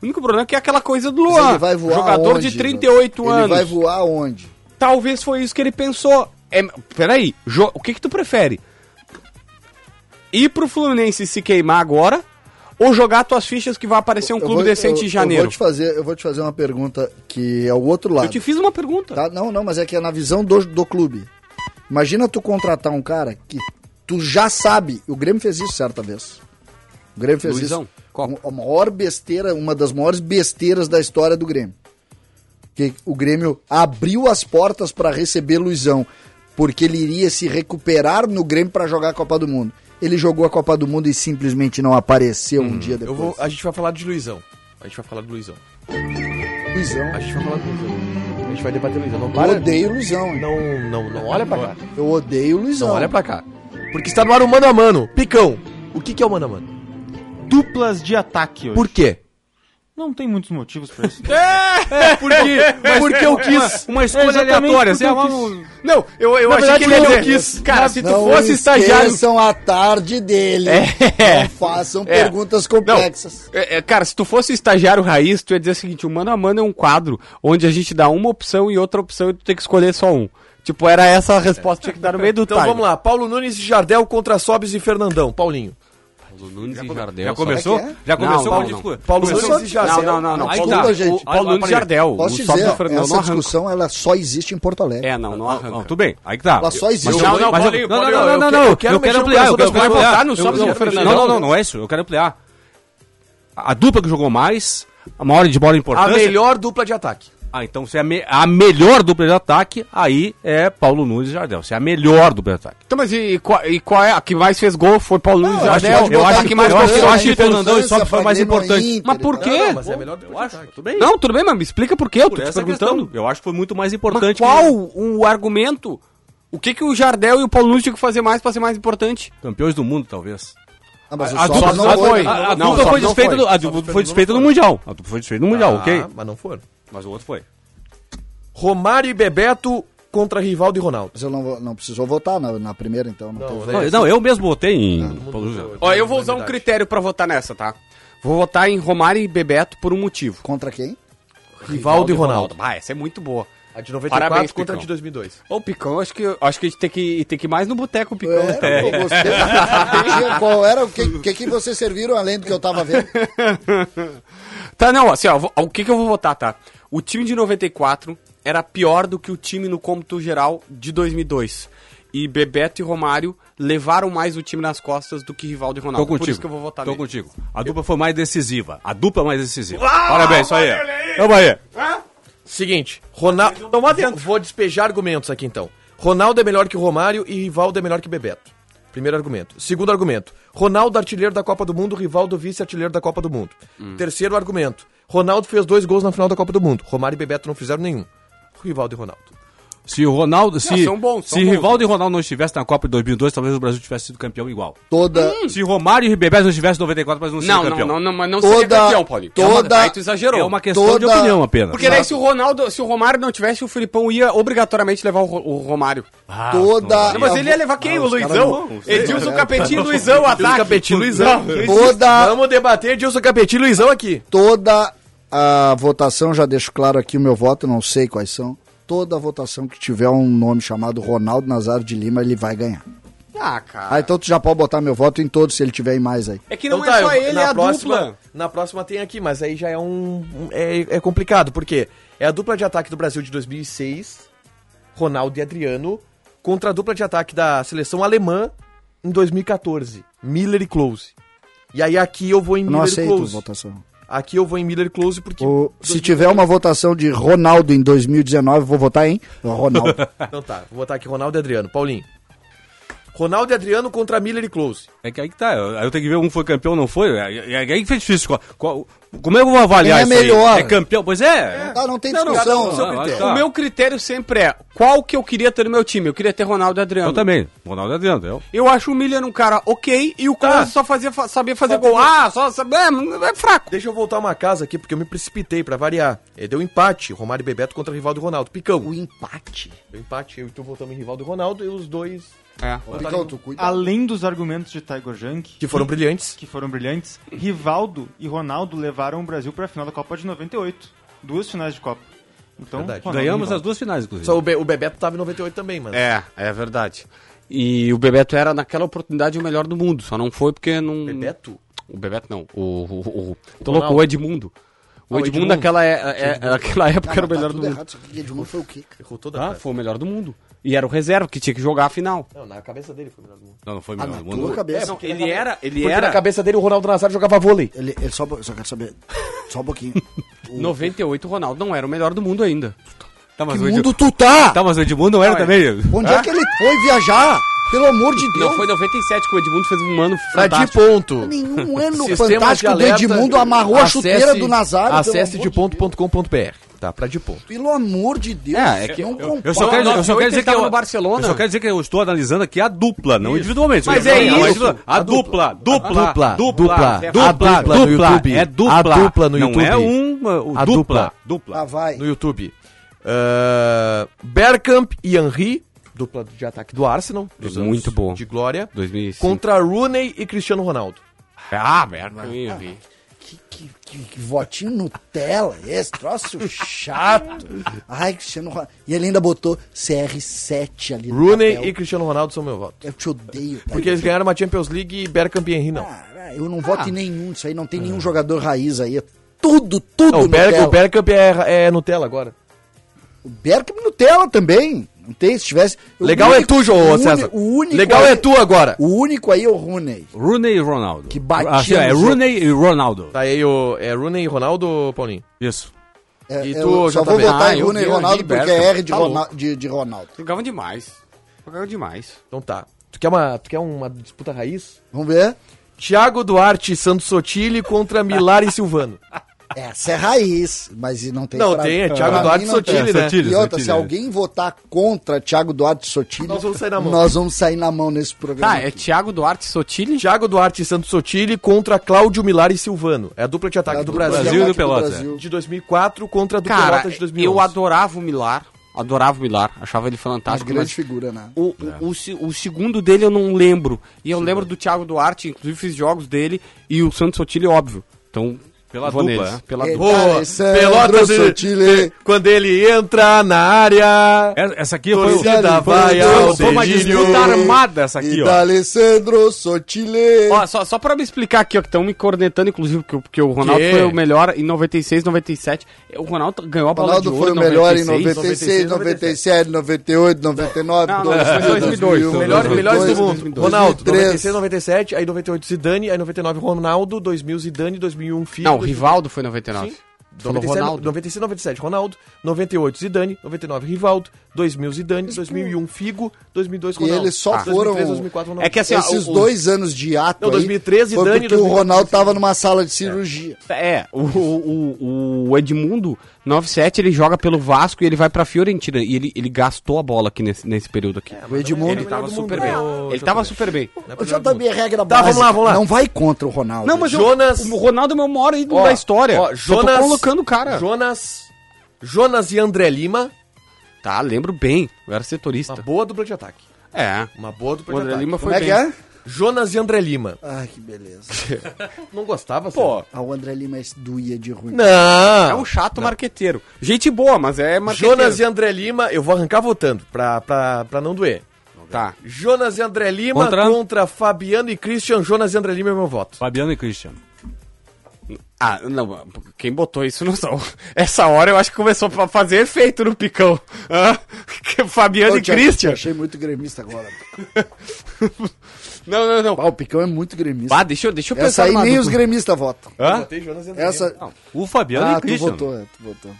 S5: O único problema é que é aquela coisa do
S6: Mas
S5: Luan,
S6: ele vai voar
S5: jogador
S6: onde,
S5: de 38
S6: velho?
S5: anos.
S6: Ele vai voar onde?
S5: Talvez foi isso que ele pensou. É, peraí, jo- o que que tu prefere? Ir pro Fluminense e se queimar agora ou jogar tuas fichas que vai aparecer um
S6: Eu
S5: clube
S6: vou-
S5: decente
S6: eu-
S5: em janeiro?
S6: Eu
S5: Eu,
S6: vou, te fazer, eu vou te fazer uma pergunta que é o outro lado.
S5: te fiz uma pergunta.
S6: Tá? Não, não, mas é que é na visão do, do clube. Imagina tu contratar um cara que tu já sabe. O Grêmio fez isso certa vez. O Grêmio fez
S5: Luizão,
S6: isso.
S5: Copa.
S6: Um- A maior besteira, uma das maiores besteiras da história do Grêmio. Que o Grêmio abriu as portas para receber Luizão, porque ele iria se recuperar no Grêmio para jogar a Copa do Mundo. Ele jogou a Copa do Mundo e simplesmente não apareceu um dia
S2: Hum, Eu
S6: depois.
S2: vou, a gente vai falar de Luizão. A gente vai falar do Luizão.
S6: Luizão.
S2: A gente vai falar do Luizão. A gente vai debater o Luizão. Não
S6: Eu
S2: para.
S6: odeio o Luizão. hein?
S2: Não, não, não olha pra cá.
S6: Eu odeio o
S2: Não
S6: Luizão.
S2: olha pra cá. Porque está no ar o mano a mano. Picão. O que, que é o mano a mano?
S7: Duplas de ataque hoje.
S2: Por quê?
S7: Não tem muitos motivos pra isso.
S3: Porque,
S2: Porque
S5: <laughs>
S2: eu
S5: é
S2: quis.
S3: uma <laughs> escolha
S7: Exatamente,
S3: aleatória.
S7: porque
S3: Assim,
S7: eu
S3: uma-
S5: Não, eu, eu achei
S2: verdade,
S5: que ele
S2: eu
S5: ia dizer,
S2: quis.
S5: cara, se tu
S6: Não
S5: fosse estagiário...
S6: esqueçam a tarde dele. Não façam
S5: É.
S6: perguntas
S5: Não,
S6: complexas.
S5: é, é, cara, se tu fosse estagiário raiz, tu ia dizer o seguinte, o Mano a Mano é um quadro onde a gente dá uma opção e outra opção e tu tem que escolher só um. Tipo, era essa a resposta que tinha que dar no meio do
S2: Então
S5: time.
S2: vamos lá. Paulo Nunes e Jardel contra Sobes e Fernandão. Paulinho.
S3: Já começou?
S6: Será que é?
S3: Já começou
S5: Não,
S3: com a
S5: não,
S3: discussão.
S2: Paulo
S3: Começou-
S2: Nunes e Jardel.
S5: Não, não, não, não.
S3: Aí
S5: Paulo-
S3: tá.
S5: o-
S6: gente.
S5: Paulo Nunes e Jardel.
S6: Posso
S5: o
S6: dizer,
S5: Salve
S6: ó,
S5: do Fernandão não
S6: essa
S5: arranca.
S6: discussão ela só existe em Porto Alegre.
S5: É, não, não
S3: Não,
S5: arranca.
S3: tudo bem. Aí que tá.
S6: Ela só existe.
S3: Mas eu-
S5: Não, não,
S3: mas
S5: Paulinho,
S3: eu- não, não,
S5: Paulinho,
S3: não,
S5: eu
S3: não,
S2: quero-
S3: não,
S2: eu quero
S3: eu quero
S2: mexer no
S3: ampliar,
S2: coração
S3: eu quero
S2: das pessoas.
S3: ampliar.
S5: Votar no
S3: Eu-
S5: Sobs e
S3: eu-
S5: no Fernandão.
S3: Não, não, não, não é isso. Eu quero ampliar. A dupla que jogou mais, uma hora de bola
S2: A
S3: importante.
S2: melhor dupla de ataque.
S3: Ah, então se é a, me- a melhor dupla de ataque, aí é Paulo Nunes e Jardel. Se é a melhor dupla de ataque.
S5: Então, mas e, e qual, e qual é a que mais fez gol? Foi Paulo Nunes e
S6: eu acho
S5: Jardel.
S6: que pode botar
S5: É. que
S6: que
S5: mais
S3: eu
S5: gol
S3: acho-
S5: fez.
S3: eu acho que Fernandão e Sobs foi mais importante.
S6: tá
S5: Mas por quê?
S2: Não, não, mas é a melhor dupla de ataque.
S3: Tudo bem.
S5: Não, tudo bem, mas me explica por quê. Eu tô te perguntando.
S3: Eu acho que foi muito mais
S5: Mas
S3: importante.
S5: qual
S3: que-
S5: o argumento? O que, que o Jardel e o Paulo Nunes tinham que fazer mais pra ser mais importante?
S3: Campeões do mundo, talvez.
S6: Ah, mas o
S3: A
S6: Sobs
S3: dupla
S6: não
S3: a-
S6: foi. Ah,
S3: a- Ah, a dupla
S5: Não, Sobs
S3: foi
S5: não
S3: desfeita
S5: foi.
S3: do- a dupla foi desfeita no Mundial. A dupla foi desfeita no Mundial, ok?
S2: Ah, Mas não foram.
S3: Mas o outro foi.
S2: Romário e Bebeto contra Rivaldo e Ronaldo. é
S6: Mas eu não, vou- não precisou votar na, na primeira, então. Não, teve-
S3: Não, não, eu mesmo votei em. Paulo Nunes.
S5: Ó, eu vou usar um critério pra votar nessa, tá? Vou votar em Romário e Bebeto por um motivo.
S6: Contra quem?
S2: Rivaldo e Ronaldo.
S5: Ah, essa é muito boa.
S2: A de 94
S5: Parabéns,
S2: contra a
S5: Picão.
S2: de 2002.
S5: Ô, Picão, acho que, acho que a gente tem que, tem que ir mais no boteco, Picão. Né?
S6: É, pô, gostei. Tinha- Qual era o que, que, que vocês serviram além do que eu tava vendo?
S5: Tá, não, assim, ó, vo- o que que eu vou votar, tá? O time de 94 era pior do que o time no cômputo geral de 2002. E Bebeto e Romário levaram mais o time nas costas do que Rivaldo e Ronaldo.
S3: Tô contigo.
S5: Por isso que eu vou votar
S3: Tô
S5: nele.
S3: contigo. A dupla foi mais decisiva. A dupla mais decisiva. Parabéns, isso aí. Vamos aí.
S2: Seguinte,
S5: um
S2: Ronaldo. Vou despejar argumentos aqui então. Ronaldo é melhor que o Romário e Rivaldo é melhor que Bebeto. Primeiro argumento. Segundo argumento. Ronaldo artilheiro da Copa do Mundo, Rivaldo vice-artilheiro da Copa do Mundo.
S5: Hum.
S2: Terceiro argumento. Ronaldo fez dois gols na final da Copa do Mundo. Romário e Bebeto não fizeram nenhum. Rivaldo e Ronaldo.
S3: Se o Ronaldo. Se,
S5: são bons, são
S3: se
S5: bons.
S3: Rivaldo e Ronaldo não estivessem na Copa de 2002, talvez o Brasil tivesse sido campeão igual.
S6: Toda.
S5: Hum.
S3: Se Romário e Bebeto não estivessem em 94, mas não
S5: Não,
S3: seria
S5: não,
S3: campeão.
S5: não, não, mas não
S6: Toda-
S5: seria campeão, Paulinho. É uma-
S6: toda-
S5: Aí tu exagerou.
S3: É uma questão de
S6: Toda-
S3: opinião apenas.
S5: Porque daí se o Ronaldo, se o Romário não tivesse, o Filipão ia obrigatoriamente levar o, Ro- o Romário.
S3: Ah,
S6: toda.
S5: Não, Ah, mas ele é ia levar quem?
S2: Ah,
S5: o Luizão? Edilson Capetinho e Luizão,
S2: Edilson
S5: ataque.
S2: Capetinho e Luizão.
S6: Toda-
S2: Vamos debater Edilson Capetinho e Luizão aqui.
S6: toda a votação, já deixo claro aqui o meu voto, não sei quais são. Toda a votação que tiver um nome chamado Ronaldo Nazário de Lima, ele vai ganhar.
S5: Ah,
S6: Ah,
S5: cara.
S6: então tu já pode botar meu voto em todos, se ele tiver em mais aí.
S5: É que
S2: Então
S5: não
S2: tá,
S5: é só
S2: eu-
S5: ele,
S2: na
S5: é a
S2: próxima,
S5: dupla.
S2: Na próxima tem aqui, mas aí já é um. um- é, é complicado, porque é a dupla de ataque do Brasil de 2006, Ronaldo e Adriano, contra a dupla de ataque da seleção alemã em 2014, Miller e Close. E aí aqui eu vou em
S6: Eu não
S2: Miller e
S6: aceito
S2: Close.
S6: votação.
S2: Aqui eu vou em Miller e Close porque.
S6: O- se tiver uma votação de Ronaldo em 2019, vou votar em Ronaldo.
S2: Então tá, vou botar aqui Ronaldo e Adriano. Paulinho. Ronaldo e Adriano contra Miller e Close.
S3: É que aí que tá. Eu, aí eu tenho que ver um foi campeão ou não foi. É, é, é aí que foi difícil. Qual- qual- como é que eu vou avaliar
S6: Quem é
S3: isso aí?
S6: melhor?
S3: É campeão? Pois é.
S6: Ah, não tem
S5: Não, não,
S6: discussão.
S5: cada um
S3: seu critério.
S5: O
S3: Tá.
S5: meu Tá critério sempre é qual que eu queria ter no meu time. Eu queria ter Ronaldo e Adriano.
S3: Eu também. Ronaldo Adriano. Eu.
S5: Eu acho o Miller um cara ok e o
S2: Tá.
S5: Close só fazia, fa- sabia fazer gol. Ah, só sabia. É, é fraco.
S2: Deixa eu voltar uma casa aqui, porque eu me precipitei pra variar. É, deu empate, Romário e Bebeto contra Rivaldo e Ronaldo. Picão.
S6: O empate.
S2: Deu empate, eu e tu voltamos em Rivaldo e Ronaldo, e os dois
S5: É.
S6: Picão, tu cuida.
S7: Além dos argumentos de Tiger Junk,
S2: que foram brilhantes.
S7: que foram brilhantes, Rivaldo e Ronaldo levaram o Brasil pra final da Copa de 98. Duas finais de Copa. Então,
S2: Verdade.
S7: Ronaldo e
S3: Ganhamos
S7: Rivaldo.
S3: as duas finais, inclusive.
S2: Só o, Be- o Bebeto tava em 98 também, mano.
S5: É, é verdade. E o Bebeto era, naquela oportunidade, o melhor do mundo. Só não foi porque não...
S2: Bebeto?
S5: O Bebeto não. O, o, o, o, tô
S2: Ronaldo.
S5: louco, o Edmundo. O
S2: Ah, o
S5: Edmundo,
S2: Edmundo.
S5: naquela é- é- é- naquela época
S6: Ah,
S5: era
S6: mas
S5: o
S6: tá
S5: melhor do
S6: tudo
S5: mundo.
S6: errado. Isso aqui Edmundo foi o quê? cara?
S2: Errou toda a
S5: Ah,
S2: frase.
S5: foi o melhor do mundo. E era o reserva que tinha que jogar a final.
S2: Não, na cabeça dele foi o melhor do mundo.
S3: Não, não foi
S6: Ah,
S3: melhor
S6: na
S3: do mundo.
S6: tua cabeça.
S5: Ele era, ele
S2: Porque na
S5: era...
S2: cabeça dele o Ronaldo Nazário jogava vôlei.
S6: Ele, ele só, só quero saber. Só um pouquinho. O-
S5: 98, o Ronaldo não era o melhor do mundo ainda.
S3: Tá, mas
S6: Que
S3: o Edmundo...
S6: mundo tu tá?
S3: Tá, mas o Edmundo não era
S5: Não,
S3: também.
S6: Onde é que ele foi viajar? Pelo amor de Deus.
S5: Não, foi em 97 que o Edmundo fez um ano
S2: Tá de
S5: fantástico.
S2: ponto. <laughs>
S6: Nenhum ano
S2: Sistema
S6: fantástico
S2: de
S6: do
S2: alerta,
S6: Edmundo amarrou a
S2: acesse-
S6: chuteira do Nazário.
S2: Acesse
S6: pelo
S2: de
S6: amor
S2: ponto.com.br. Tá, pra de ponto.
S6: Deus. Pelo amor de Deus.
S5: É, é que
S6: não
S3: Eu
S6: compara.
S3: só, quero, eu só
S5: 98
S3: quero dizer
S5: ele
S3: que
S5: tava
S3: eu,
S5: no Barcelona.
S3: eu só quero dizer que eu estou analisando aqui a dupla, não individualmente.
S5: Mas
S3: Eu-
S5: é
S3: não,
S5: isso.
S3: A dupla, dupla,
S2: dupla,
S3: dupla,
S2: dupla,
S3: dupla,
S2: a dupla no YouTube,
S3: é dupla.
S2: a dupla no
S3: Não é
S2: YouTube.
S3: um, o
S2: A dupla.
S3: dupla,
S6: Ah,
S3: dupla.
S6: vai.
S2: No YouTube. Ah, Bergkamp e Henry, dupla de ataque do Arsenal. dos
S5: É
S2: anos
S5: muito bom.
S2: De glória.
S5: 2005.
S2: Contra Rooney e Cristiano Ronaldo.
S3: Ah, merda.
S6: Que, que, que, que votinho Nutella é esse, troço chato. Ai, Cristiano Ronaldo. E ele ainda botou CR7 ali no
S2: Rooney
S6: papel.
S2: e Cristiano Ronaldo são meu voto.
S6: Eu te odeio. cara.
S2: Porque eles Ah. ganharam uma Champions League e Bergkamp e Henry não.
S6: Cara, eu não voto em nenhum, isso aí não tem nenhum jogador raiz aí. É tudo, tudo
S2: Não, o, Berg,
S6: Nutella.
S2: o Bergkamp é, é Nutella agora.
S6: O Bergkamp Nutella também. Não tem, se tivesse... O
S2: Legal é tu, João
S6: o uni-
S2: César.
S6: O único
S2: Legal
S6: aí-
S2: é tu Ah, agora.
S6: O único aí é o Rooney.
S3: Rooney e Ronaldo. Que
S6: batia
S3: É
S6: nos
S3: Rooney e Ronaldo.
S2: Tá aí o é Rooney e Ronaldo, Paulinho?
S3: Isso.
S6: É,
S2: E
S6: eu
S2: tu,
S6: só
S2: JB?
S6: vou votar
S5: Ah,
S6: em
S5: eu
S6: Rooney e
S5: vi, eu
S6: Ronaldo
S5: vi
S6: porque
S5: Bergkamp.
S6: é R de,
S5: Tá
S6: Rona-
S5: louco.
S6: de- de Ronaldo.
S5: Jogavam demais. Jogavam demais.
S2: Então tá. Tu quer uma, tu quer uma disputa raiz?
S6: Vamos ver?
S2: Thiago Duarte e Santos Sotile contra Milar e
S6: <laughs>
S2: Silvano.
S6: Essa é raiz, mas e não tem
S2: Não,
S6: pra-
S2: tem, é
S6: pra
S2: Thiago
S6: mim
S2: Duarte e
S6: não tem.
S2: Sotile, né?
S3: Sotile,
S6: E outra,
S3: Sotile,
S6: se
S3: é.
S6: alguém votar contra Thiago Duarte e Sotile,
S2: Nós vamos sair na mão.
S6: nós vamos sair na mão nesse programa.
S5: Tá, é
S6: aqui.
S5: Thiago Duarte Sotile?
S2: Thiago Duarte e Santos Sotile contra Cláudio Milar e Silvano. É a dupla de ataque
S6: Da
S2: do é.
S6: dupla de
S2: Brasil.
S3: Brasil e do
S6: ataque
S3: Pelotas.
S2: De 2004 contra a dupla
S5: Cara,
S2: Lota de 2011.
S5: eu adorava o Milar. Adorava o Milar. Achava ele
S6: Uma
S5: fantástico.
S6: grande
S5: mas
S6: figura, né?
S5: o, o, o se- o segundo dele eu não lembro. E eu lembro do Thiago Duarte, inclusive fiz jogos dele. E o Santos Sotile, óbvio. Então,
S3: Pela
S5: vou
S3: dupla,
S5: neles.
S3: é.
S5: Pela
S6: É,
S5: dupla.
S2: Boa,
S6: Alessandro
S2: Pelotas e-
S6: Sotile.
S2: e- Quando ele entra na
S5: É
S2: área.
S3: Essa é. essa aqui foi o...
S2: Torcida vai ao
S3: Foi uma
S2: delírio.
S3: disputa armada essa aqui,
S6: E da
S3: ó.
S6: Alessandro Sotile.
S5: Ó, só, só pra me explicar aqui, ó, que estão me cornetando, inclusive, que, o- que o Ronaldo
S2: Quê?
S5: foi o melhor em 96, 97. O Ronaldo tá, ganhou a bola
S6: Ronaldo
S5: de
S6: foi
S5: ouro
S6: o melhor em
S5: 96.
S6: 96, 97, 98, 99,
S5: Não, não, foi 2002,
S6: um,
S5: foi
S2: Melhores, melhores do
S5: 2002,
S2: mundo.
S5: 2002.
S2: Ronaldo, 96,
S6: 2003.
S2: 97, aí 98 Zidane, aí 99 Ronaldo, 2000 Zidane, 2001 Figo.
S5: Não, o Rivaldo foi em 99.
S2: Sim.
S5: Tu falou
S2: 97,
S5: Ronaldo.
S2: 96, 97 Ronaldo, 98 Zidane, 99 Rivaldo, 2000 Zidane, 2001 Figo, 2002
S6: E
S2: Ronaldo. Ah.
S6: eles só foram-
S2: 2004 Ronaldo.
S5: É que assim, ó,
S6: Esses
S5: o- o-
S6: dois anos de ato
S2: Não, 2013
S6: aí, foi
S2: Dani,
S6: porque o
S2: 2014.
S6: Ronaldo tava numa sala de cirurgia.
S5: É, o, o, o Edmundo 97 ele joga pelo Vasco e ele vai pra Fiorentina e ele, ele gastou a bola aqui nesse, nesse período aqui.
S6: O Edmundo...
S5: ele tava
S2: do
S5: super
S2: mundo,
S5: bem.
S2: né, o
S5: ele
S2: JB?
S5: tava super bem.
S6: Eu já também é regra
S2: Tá, vamos lá, vamos lá.
S6: Não vai contra o Ronaldo.
S5: Não, mas eu-
S2: Jonas-
S5: o Ronaldo é o meu maior ídolo
S2: Ó,
S5: da história.
S2: ó,
S5: Só
S2: Jonas,
S5: tô colocando o cara.
S2: Jonas, Jonas e André Lima,
S5: Tá, lembro bem. Eu era
S2: uma
S5: setorista.
S2: boa dupla de ataque.
S5: É.
S2: Uma boa dupla
S5: O
S2: de
S5: Tá. André
S2: ataque.
S5: Lima foi
S6: Como é
S5: bem.
S6: que é?
S2: Jonas e André Lima.
S6: Ai, que beleza.
S2: Não gostava,
S5: Pô,
S6: Ah, o André Lima doía de ruim.
S2: Não.
S5: assim. é um chato marqueteiro. Gente boa, mas é marqueteiro.
S2: Jonas e André Lima, eu vou arrancar votando pra, pra, pra não doer.
S5: Tá.
S2: Jonas e André Lima contra,
S3: Contra?
S2: Fabiano e Christian. Jonas e André Lima é meu voto.
S3: Fabiano e Christian.
S5: Ah, não, quem botou isso não são. <laughs> Essa hora eu acho que começou a fazer efeito no picão. <laughs> Hã? Que Fabiano
S6: Eu
S5: e
S6: te- eu
S5: é Christian.
S6: Achei muito gremista agora.
S5: Não, não, não.
S6: Ah, o Picão é muito gremista.
S5: Ah, deixa, eu- deixa eu
S6: Essa
S5: pensar
S6: aí
S5: numa
S6: nem
S5: dupla.
S6: os gremistas votam.
S2: Botei Jonas e André
S6: Essa...
S3: O Fabiano
S6: Ah,
S3: e
S6: tu
S3: Christian.
S6: votou, é, tu votou.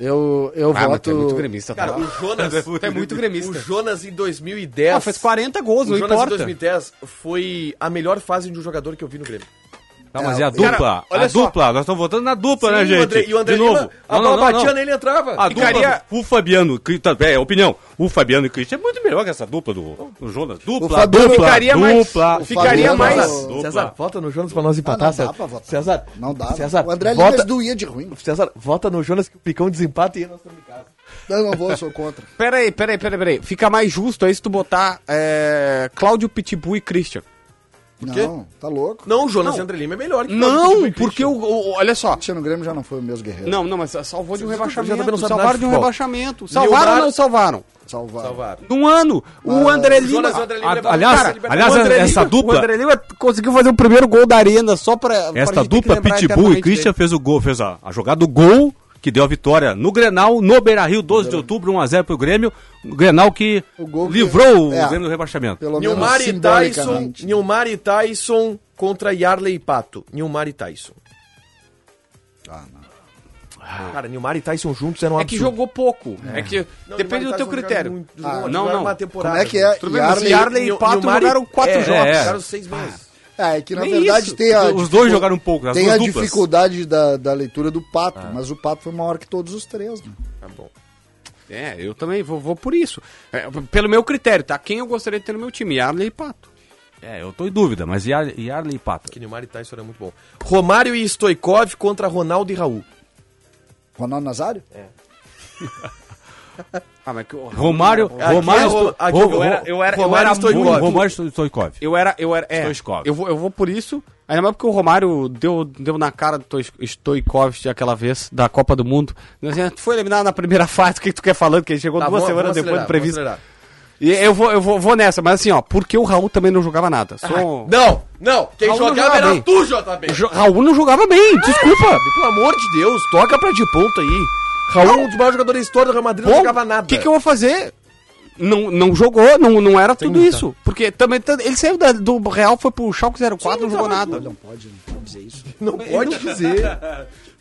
S6: Eu, eu
S5: Ah, mas
S6: voto.
S5: tu é muito gremista, tá?
S2: Cara, o
S3: <laughs>
S2: Jonas.
S5: Tu é muito gremista.
S2: O Jonas em 2010.
S5: Ah, fez 40 gols,
S2: o
S5: não
S2: Jonas em
S5: importa.
S2: 2010 foi a melhor fase de um jogador que eu vi no Grêmio.
S3: Tá, mas é a
S2: Cara,
S3: dupla.
S2: olha
S3: a
S2: só.
S3: dupla. Nós estamos votando na dupla, né,
S2: Sim,
S3: gente?
S2: o André, e o André
S3: De
S2: Lima,
S3: novo.
S2: a
S3: Não,
S2: bola
S3: não, não,
S2: batia
S3: não.
S2: nele e entrava.
S3: A dupla,
S5: Ficaria-
S3: o Fabiano, e Cristian- é a opinião. O Fabiano e o Cristian é muito melhor que essa dupla do, do Jonas. Dupla,
S6: Fabiano
S3: dupla,
S5: ficaria mais-
S3: dupla,
S5: ficaria
S3: dupla,
S5: mais-
S3: dupla.
S2: César, vota no Jonas pra nós empatar,
S6: Ah, não dá
S2: César.
S6: pra votar.
S2: César,
S6: Não dá.
S2: César,
S6: o André
S2: vota,
S6: Lima é doía de ruim.
S2: César, vota no Jonas que o Picão desempata e nós estamos em casa.
S6: Eu não vou, eu sou contra.
S5: Peraí, peraí, peraí, peraí. Fica mais justo aí se tu botar é, Cláudio Pitbull e Christian.
S2: quê?
S6: Não, tá louco.
S2: Não, o Jonas e André Lima é melhor que
S5: Não, porque o, o- Olha só.
S6: Cristiano Grêmio já não foi o mesmo guerreiro.
S5: Não, não, mas salvou de um
S2: já também não
S5: rebaixamento.
S2: sabe nada
S5: Salvaram
S2: de
S5: de um
S2: futebol.
S5: rebaixamento. Salvaram ou
S2: Leomar-
S5: não salvaram?
S6: Salvar.
S2: Salvar.
S5: Num ano.
S3: Ah,
S6: Ah.
S5: O André Lima. é
S2: Jonas e o André Lima
S3: A-
S2: levaram
S3: aliás,
S2: cara de Libertadores.
S3: aliás,
S5: O André
S3: essa
S5: Lima-
S3: dupla-
S5: O André Lima conseguiu fazer o primeiro gol da arena só pra. pra
S3: Esta
S5: gente ter que
S3: dupla,
S5: lembrar
S3: Pitbull e
S5: eternamente
S3: Christian,
S5: dele.
S3: fez o gol, fez a, a jogada do gol, que deu a vitória no Grenal, no Beira Rio, 12 de outubro, 1x0 pro Grêmio. O Grenal que
S6: O gol que-
S3: livrou o
S6: é.
S3: Grêmio do rebaixamento.
S6: Pelo
S2: Nilmar e Tyson,
S6: simbolicamente.
S2: Nilmar e Tyson contra Yarley e Pato. Nilmar e Tyson. Ah, não. Cara, Nilmar e Tyson juntos eram um
S5: É que
S2: absurdo.
S5: jogou pouco. É, que
S2: Não,
S5: depende
S2: Nilmar
S5: do
S2: e
S5: teu
S2: Tyson
S5: critério.
S2: jogaram muito, jogaram
S5: não,
S2: uma
S5: não.
S2: temporada.
S6: Como é que é?
S5: Tudo bem, mas Yarley e
S2: Nil-
S5: Pato
S2: Nilmar e-
S5: jogaram quatro
S2: é,
S5: jogos.
S2: é. Jogaram seis meses.
S6: É, é que na
S5: Nem
S6: verdade
S5: isso.
S6: tem a.
S3: Os dois jogaram um pouco, as
S6: Tem
S3: duas
S6: a
S3: duplas.
S6: dificuldade da, da leitura do pato, mas o pato foi maior que todos os três, né?
S5: Tá bom. É, eu também vou, vou por isso. É, p- pelo meu critério, tá? Quem eu gostaria de ter no meu time? Arley e Pato.
S3: É, eu tô em dúvida, mas Yar- Yarley e Pato.
S2: Que Nilmar e Tyson era muito bom. Romário e Stoikov contra Ronaldo e Raul.
S6: Ronaldo Nazário?
S5: Ah, mas que eu,
S3: Romário,
S2: Aqui
S3: Romário,
S2: é
S3: Sto-
S2: Ro- aqui
S3: Ro-
S2: eu
S5: era- eu era- eu
S3: Romário
S5: era
S3: Stoikov.
S2: muito-
S3: Romário Sto- Stoikov.
S5: eu era. Eu era é,
S3: Stoichkov.
S5: eu, vou, eu vou por isso. Ainda mais porque o Romário deu, deu na cara do Tois- Stoikov daquela vez, da Copa do Mundo. Assim, tu foi eliminado na primeira <laughs> fase, o que que tu quer falando? Que ele chegou
S2: Tá,
S5: duas
S2: vamos- vamos
S5: semanas depois
S2: acelerar,
S5: do previsto.
S2: vamos acelerar.
S5: E eu vou, eu vou, vou nessa, mas assim, ó, porque o Raul também não jogava nada. Só um-
S2: Ah, Não, não. Quem
S5: Raul não
S2: jogava
S5: joga
S2: era
S5: bem.
S2: tu, JB.
S5: Jo- Raul não jogava
S2: Ah,
S5: bem, desculpa.
S2: Pelo amor de Deus, toca pra de ponta aí. Raul, um dos maiores jogadores da história do Real Madrid, não
S5: Bom,
S2: jogava nada.
S5: O que, que eu vou fazer? Não, não jogou, não, não era tudo
S2: que
S5: isso. Porque também tá- ele saiu da- do Real, foi pro Schalke 04, não jogou nada.
S6: Não pode, não pode dizer isso.
S2: Não pode dizer.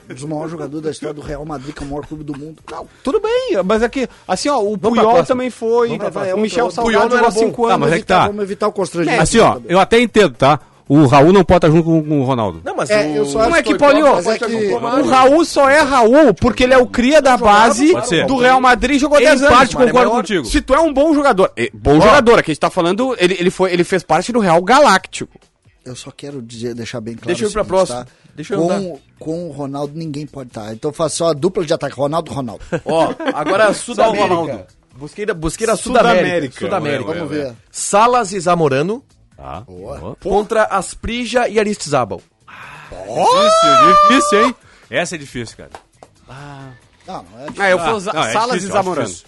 S6: Um dos maiores jogadores da história do Real Madrid, que é o maior clube do mundo. Não,
S5: Tudo bem, mas é que, assim, ó, o
S2: pra
S5: Puyol
S2: próxima.
S5: também foi,
S2: pra
S6: é
S2: próxima.
S5: Então, o Michel
S2: O Puyol
S5: Salgado
S2: não
S5: jogou
S2: era
S5: há 5
S2: bom.
S5: anos.
S3: Tá, mas é que
S6: evitar-
S3: tá.
S6: Vamos evitar o constrangimento.
S3: Assim, ó,
S6: JB.
S3: eu até entendo, tá? O Raul não pode estar junto com, com o Ronaldo.
S2: Não, mas
S6: É, eu só acho
S5: Não é que,
S6: que-
S5: Paulinho,
S6: mas é que-
S5: o Raul só é Raul porque ele é o cria da base
S3: pode ser.
S5: do Real Madrid e jogou
S3: Em
S5: 10 anos.
S3: parte, concordo
S5: Mas é maior-
S3: contigo.
S5: Se tu é um bom jogador, é, bom jogador, aqui a gente tá falando, ele, ele, foi, ele fez parte do Real Galáctico.
S6: Eu só quero dizer, deixar bem claro.
S2: Deixa eu ir
S6: o
S2: pra
S6: seguinte,
S2: próxima.
S6: tá?
S2: Deixa eu
S6: com, com o Ronaldo ninguém pode estar. Então eu faço só a dupla de ataque. Ronaldo, Ronaldo.
S2: Ó, agora Sudamérica.
S5: Ronaldo.
S2: Busqueira, busqueira Sudamérica.
S5: Sudamérica.
S2: Sudamérica.
S6: Vamos ver.
S2: Salas e Zamorano
S3: Tá. Ó.
S2: contra Asprija e Aristizábal.
S3: Difícil, difícil, hein? Essa é difícil, cara.
S6: Não, não é
S5: Ah, eu
S3: Ah,
S5: vou
S3: não, é
S5: Salas
S3: difícil,
S5: e
S3: eu acho
S5: Zamorano.
S3: difícil.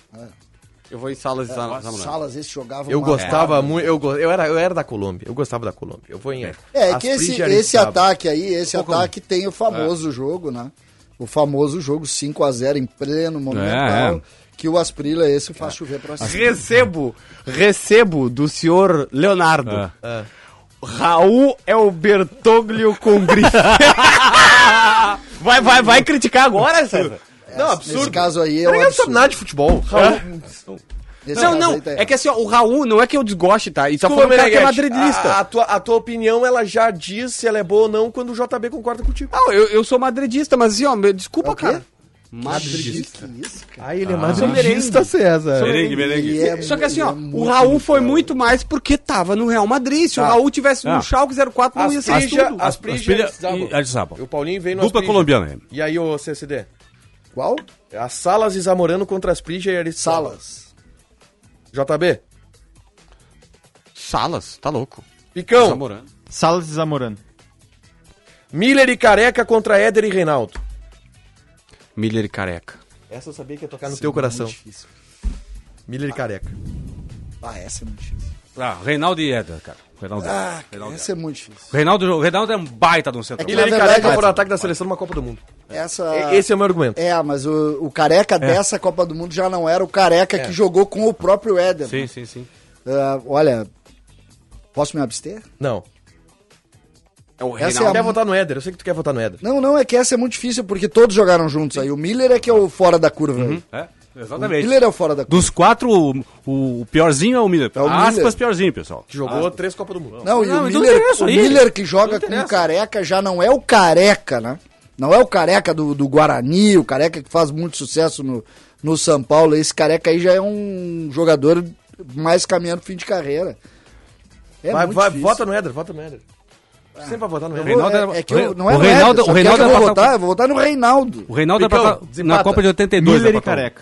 S5: Eu vou em Salas e Zam-
S6: As
S5: Zamorano.
S6: salas esse jogavam.
S2: Eu
S6: uma
S2: gostava
S6: merda.
S2: muito, eu, go- eu, era, eu era da Colômbia, eu gostava da Colômbia. Eu vou em
S6: É, que esse,
S2: Asprija e
S6: esse
S2: Aristizábal.
S6: ataque aí, esse ataque tem o
S2: É.
S6: famoso jogo, né? O famoso jogo 5x0 em pleno momental.
S3: É, é.
S6: Que o Asprila esse
S2: É.
S6: faz chover pra cima.
S5: Recebo, recebo do senhor Leonardo.
S3: É.
S5: Raul é o Bertoglio com grife. <laughs> vai, vai, vai criticar agora, César? É,
S2: Não,
S6: Nesse
S2: absurdo.
S6: caso aí é
S2: Eu
S6: um
S2: não sabe
S6: absurdo.
S2: nada de futebol. Raul-
S6: Nesse
S5: Não,
S6: caso
S5: não,
S6: aí tá
S5: é
S6: errado.
S5: que assim, ó, o Raul não é que eu desgoste, tá? Isso é
S2: Desculpa,
S5: um cara que é
S2: Meneghete,
S5: madridista.
S2: A, a tua, a tua opinião, ela já diz se ela é boa ou não quando o JB concorda contigo.
S5: Não, eu, eu sou madridista, mas assim, ó, me- desculpa,
S6: É o quê?
S5: cara.
S6: Madrid, que isso, cara?
S2: Ah, ele é madridista, César.
S3: Merengue, merengue.
S6: Ele é
S5: Só que assim, ó,
S6: muito
S5: o Raul foi
S6: legal.
S5: muito mais porque tava no Real Madrid. Se o Raul tivesse no
S3: Ah.
S5: Schalke 04, não ia ser isso
S2: Asprija,
S5: tudo.
S2: Asprija e
S3: Asprija
S2: Aristizábal.
S3: e Aristizábal.
S2: O Paulinho vem no
S3: Dupla
S2: Asprija.
S3: colombiana, hein?
S2: E aí, ô CCD?
S6: Qual?
S2: É As Salas e Zamorano contra Asprija e Aristizábal.
S6: Salas.
S2: JB?
S5: Salas, tá louco.
S2: Picão.
S5: Zamorano.
S7: Salas e Zamorano.
S2: Miller e Careca contra Éder e Reinaldo.
S5: Miller e careca.
S2: Essa eu sabia que ia tocar no teu coração. Miller e Careca.
S6: Ah, essa é muito difícil.
S3: Ah, Reinaldo e Eder, cara. Reinaldo.
S6: Ah, cara,
S3: Reinaldo.
S6: essa é muito difícil.
S3: Reinaldo, Reinaldo é um baita de um central.
S6: que
S2: Miller e
S6: na verdade,
S2: Careca
S6: é-
S2: foram ataque da seleção numa Copa do Mundo.
S6: Essa...
S2: E- Esse é o meu argumento.
S6: É, mas o, o careca
S3: É.
S6: dessa Copa do Mundo já não era o careca que jogou com o próprio Éder.
S3: Sim, sim, sim.
S6: Ah, olha, posso me abster?
S2: Não.
S5: É o
S6: Essa
S5: Reinaldo.
S6: é a
S2: Quer votar no Éder? Eu sei que tu quer votar no Éder.
S6: Não, não, é que essa é muito difícil porque todos jogaram juntos aí. O Miller é que é o fora da curva. aí.
S3: É,
S6: O
S3: exatamente.
S6: Miller é o fora da curva.
S3: Dos quatro, o, o piorzinho é o Miller.
S6: É o
S3: Aspas,
S6: Miller.
S3: piorzinho, pessoal. Ah.
S2: Que jogou três Copas do Mundo.
S6: tá. Não, e
S3: Não,
S6: o,
S3: mas não
S6: Miller,
S3: interessa
S6: o
S3: aí.
S6: Miller que joga com
S3: interessa.
S6: o careca já não é o careca, né? Não é o careca do, do Guarani, o careca que faz muito sucesso no, no São Paulo. Esse careca aí já é um jogador mais caminhando pro fim de carreira. É
S2: vai,
S6: muito
S2: vai,
S6: difícil.
S2: vota no Éder, vota no Éder. Sempre vai votar no Éder.
S3: Reinaldo
S6: É-
S3: era-
S6: é que eu- não é
S3: o
S6: no
S3: Reinaldo-
S6: Éder, só
S3: o
S6: que
S3: Reinaldo
S6: eu vou
S3: era pra-
S6: votar, eu vou votar no Reinaldo.
S3: O Reinaldo
S2: Picão,
S3: é pra tá na
S2: desempata.
S3: Copa de 82.
S7: Miller
S3: é pra
S7: e
S3: tá.
S7: careca.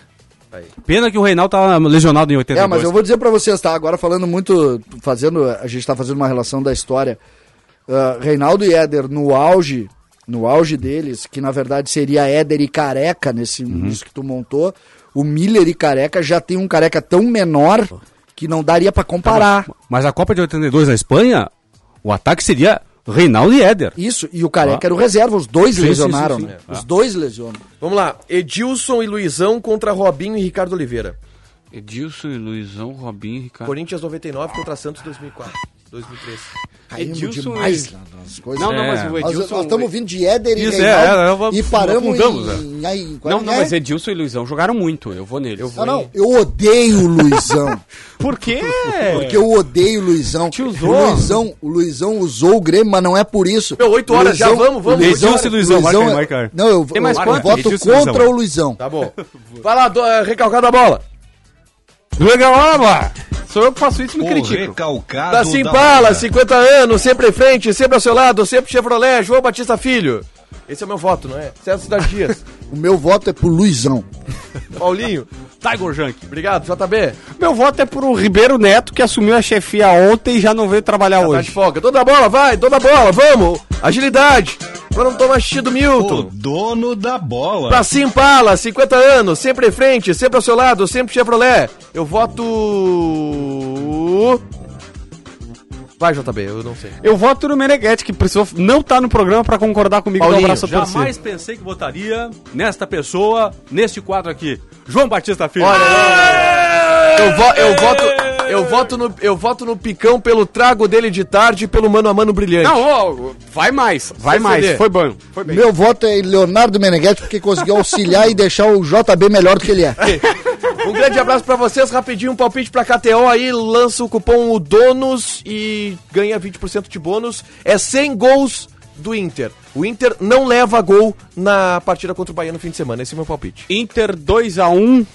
S3: Pena que o Reinaldo tá lesionado em 82.
S6: É, mas eu vou dizer pra vocês, tá? Agora falando muito, fazendo, a gente tá fazendo uma relação da história. Ah, Reinaldo e Éder no auge, no auge deles, que na verdade seria Éder e Careca nesse
S3: Uhum.
S6: nisso que tu montou. O Miller e Careca já tem um Careca tão menor que não daria pra comparar.
S3: Tá, Mas a Copa de 82 na Espanha, o ataque seria Reinaldo e Éder.
S6: Isso, e o Careca era o reserva, os dois
S3: Ah. sim,
S6: lesionaram.
S3: sim, sim.
S6: né? Os dois lesionam.
S2: Vamos lá, Edilson e Luizão contra Robinho e Ricardo Oliveira.
S8: Edilson e Luizão, Robinho, Ricardo.
S2: Corinthians 99 contra Santos 2004, 2003.
S3: Ah.
S6: Caímos
S5: Edilson
S6: demais
S5: e-
S6: lá nas coisas.
S5: Não, não,
S3: É.
S5: mas o
S6: Nós-
S5: Edilson.
S6: nós estamos vindo de Éder e
S3: Isso, é,
S6: Reinaldo
S3: é, é, vamos-
S6: e paramos
S3: afundamos,
S6: em, em-
S5: Não, não,
S6: é?
S5: mas Edilson e Luizão jogaram muito. Eu vou neles. Eu
S6: Ah, não, eu odeio o Luizão.
S5: Por quê?
S6: Porque eu odeio o Luizão.
S5: Te usou.
S6: O Luizão, o Luizão usou o Grêmio, mas não é por isso.
S2: Meu, oito horas,
S6: Luizão-
S2: já vamos, vamos.
S6: o Luizão,
S3: Edilson e Luizão, marca aí,
S6: é-
S3: marca aí.
S6: Não, eu,
S5: Tem mais
S6: eu
S5: quanto?
S6: voto
S3: Edilson e
S6: contra
S3: Luizão.
S6: o Luizão.
S2: Tá bom. Vai lá, do, eh, recalcado a bola.
S3: Legal, mano!
S5: Sou eu que faço isso e me
S1: O
S5: critico.
S1: recalcado
S2: Da
S1: bola.
S2: Simpala, 50 anos, sempre em frente, sempre ao seu lado, sempre Chevrolet, João Batista Filho. Esse é o meu voto, não é? César Cidade Dias.
S6: O meu voto é pro Luizão.
S2: Paulinho,
S3: Tiger Junk.
S2: obrigado, JB.
S5: Meu voto é pro Ribeiro Neto, que assumiu a chefia ontem e já não veio trabalhar
S2: Tá
S5: hoje.
S2: de folga. Dona bola, vai, dona bola, vamos. Agilidade, pra não tomar xixi do Milton.
S1: O dono da bola.
S2: Pra Simpala, 50 anos, sempre em frente, sempre ao seu lado, sempre Chevrolet. Eu voto. Vai, JB, eu não sei.
S5: Eu voto no Meneghetti, que precisou não
S3: tá
S5: estar no programa pra concordar comigo
S3: então um
S2: Paulinho,
S5: no abraço
S3: Jamais pensei que votaria nesta pessoa, neste quadro aqui. João Batista Filho.
S2: Eu, vo- eu voto. Eu voto, no, eu voto no Picão pelo trago dele de tarde e pelo mano a mano brilhante.
S5: Não, ó, vai mais, vai
S2: CCD.
S5: mais. Foi bom, foi bem.
S6: Meu voto é Leonardo Meneghetti, porque conseguiu auxiliar e deixar o JB melhor do que ele é.
S2: Um grande abraço pra vocês, rapidinho, um palpite pra KTO aí, lança o cupom o DONOS e ganha 20% de bônus. É 100 gols do Inter. O Inter não leva gol na partida contra o Bahia no fim de semana, esse é o meu palpite.
S5: Inter 2x1,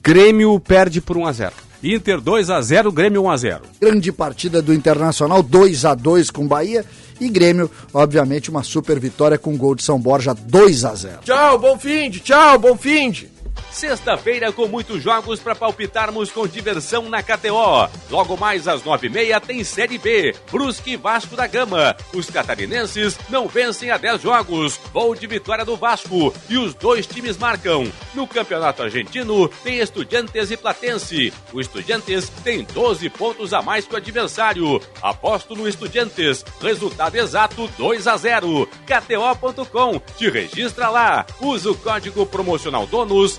S5: Grêmio perde por 1x0.
S3: Inter 2x0, Grêmio 1x0.
S6: Grande partida do Internacional, 2 a 2 com Bahia. E Grêmio, obviamente, uma super vitória com gol de São Borja, 2 a 0
S2: Tchau, bom fim de, tchau, bom fim de.
S9: Sexta-feira com muitos jogos para palpitarmos com diversão na KTO. Logo mais às nove e meia tem Série B, Brusque e Vasco da Gama. Os catarinenses não vencem a dez jogos. Gol de vitória do Vasco e os dois times marcam. No Campeonato Argentino tem Estudiantes e Platense. O Estudiantes tem 12 pontos a mais que o adversário. Aposto no Estudiantes. Resultado exato 2 a 0. KTO.com. Te registra lá. Usa o código promocional DONUS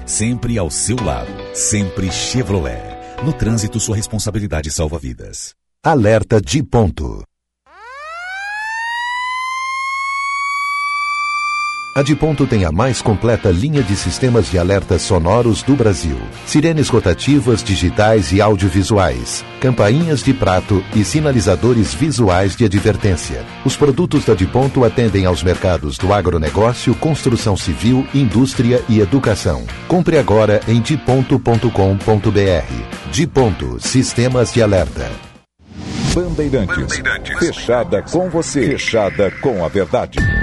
S10: sempre ao seu lado, sempre Chevrolet. No trânsito, sua responsabilidade salva vidas. Alerta de ponto.
S11: A de ponto tem a mais completa linha de sistemas de alertas sonoros do Brasil. Sirenes rotativas, digitais e audiovisuais, campainhas de prato e sinalizadores visuais de advertência. Os produtos da de ponto atendem aos mercados do agronegócio, construção civil, indústria e educação. Compre agora em diponto.com.br. De ponto, sistemas de alerta.
S10: Bandeirantes. Fechada com você. Fechada com a verdade.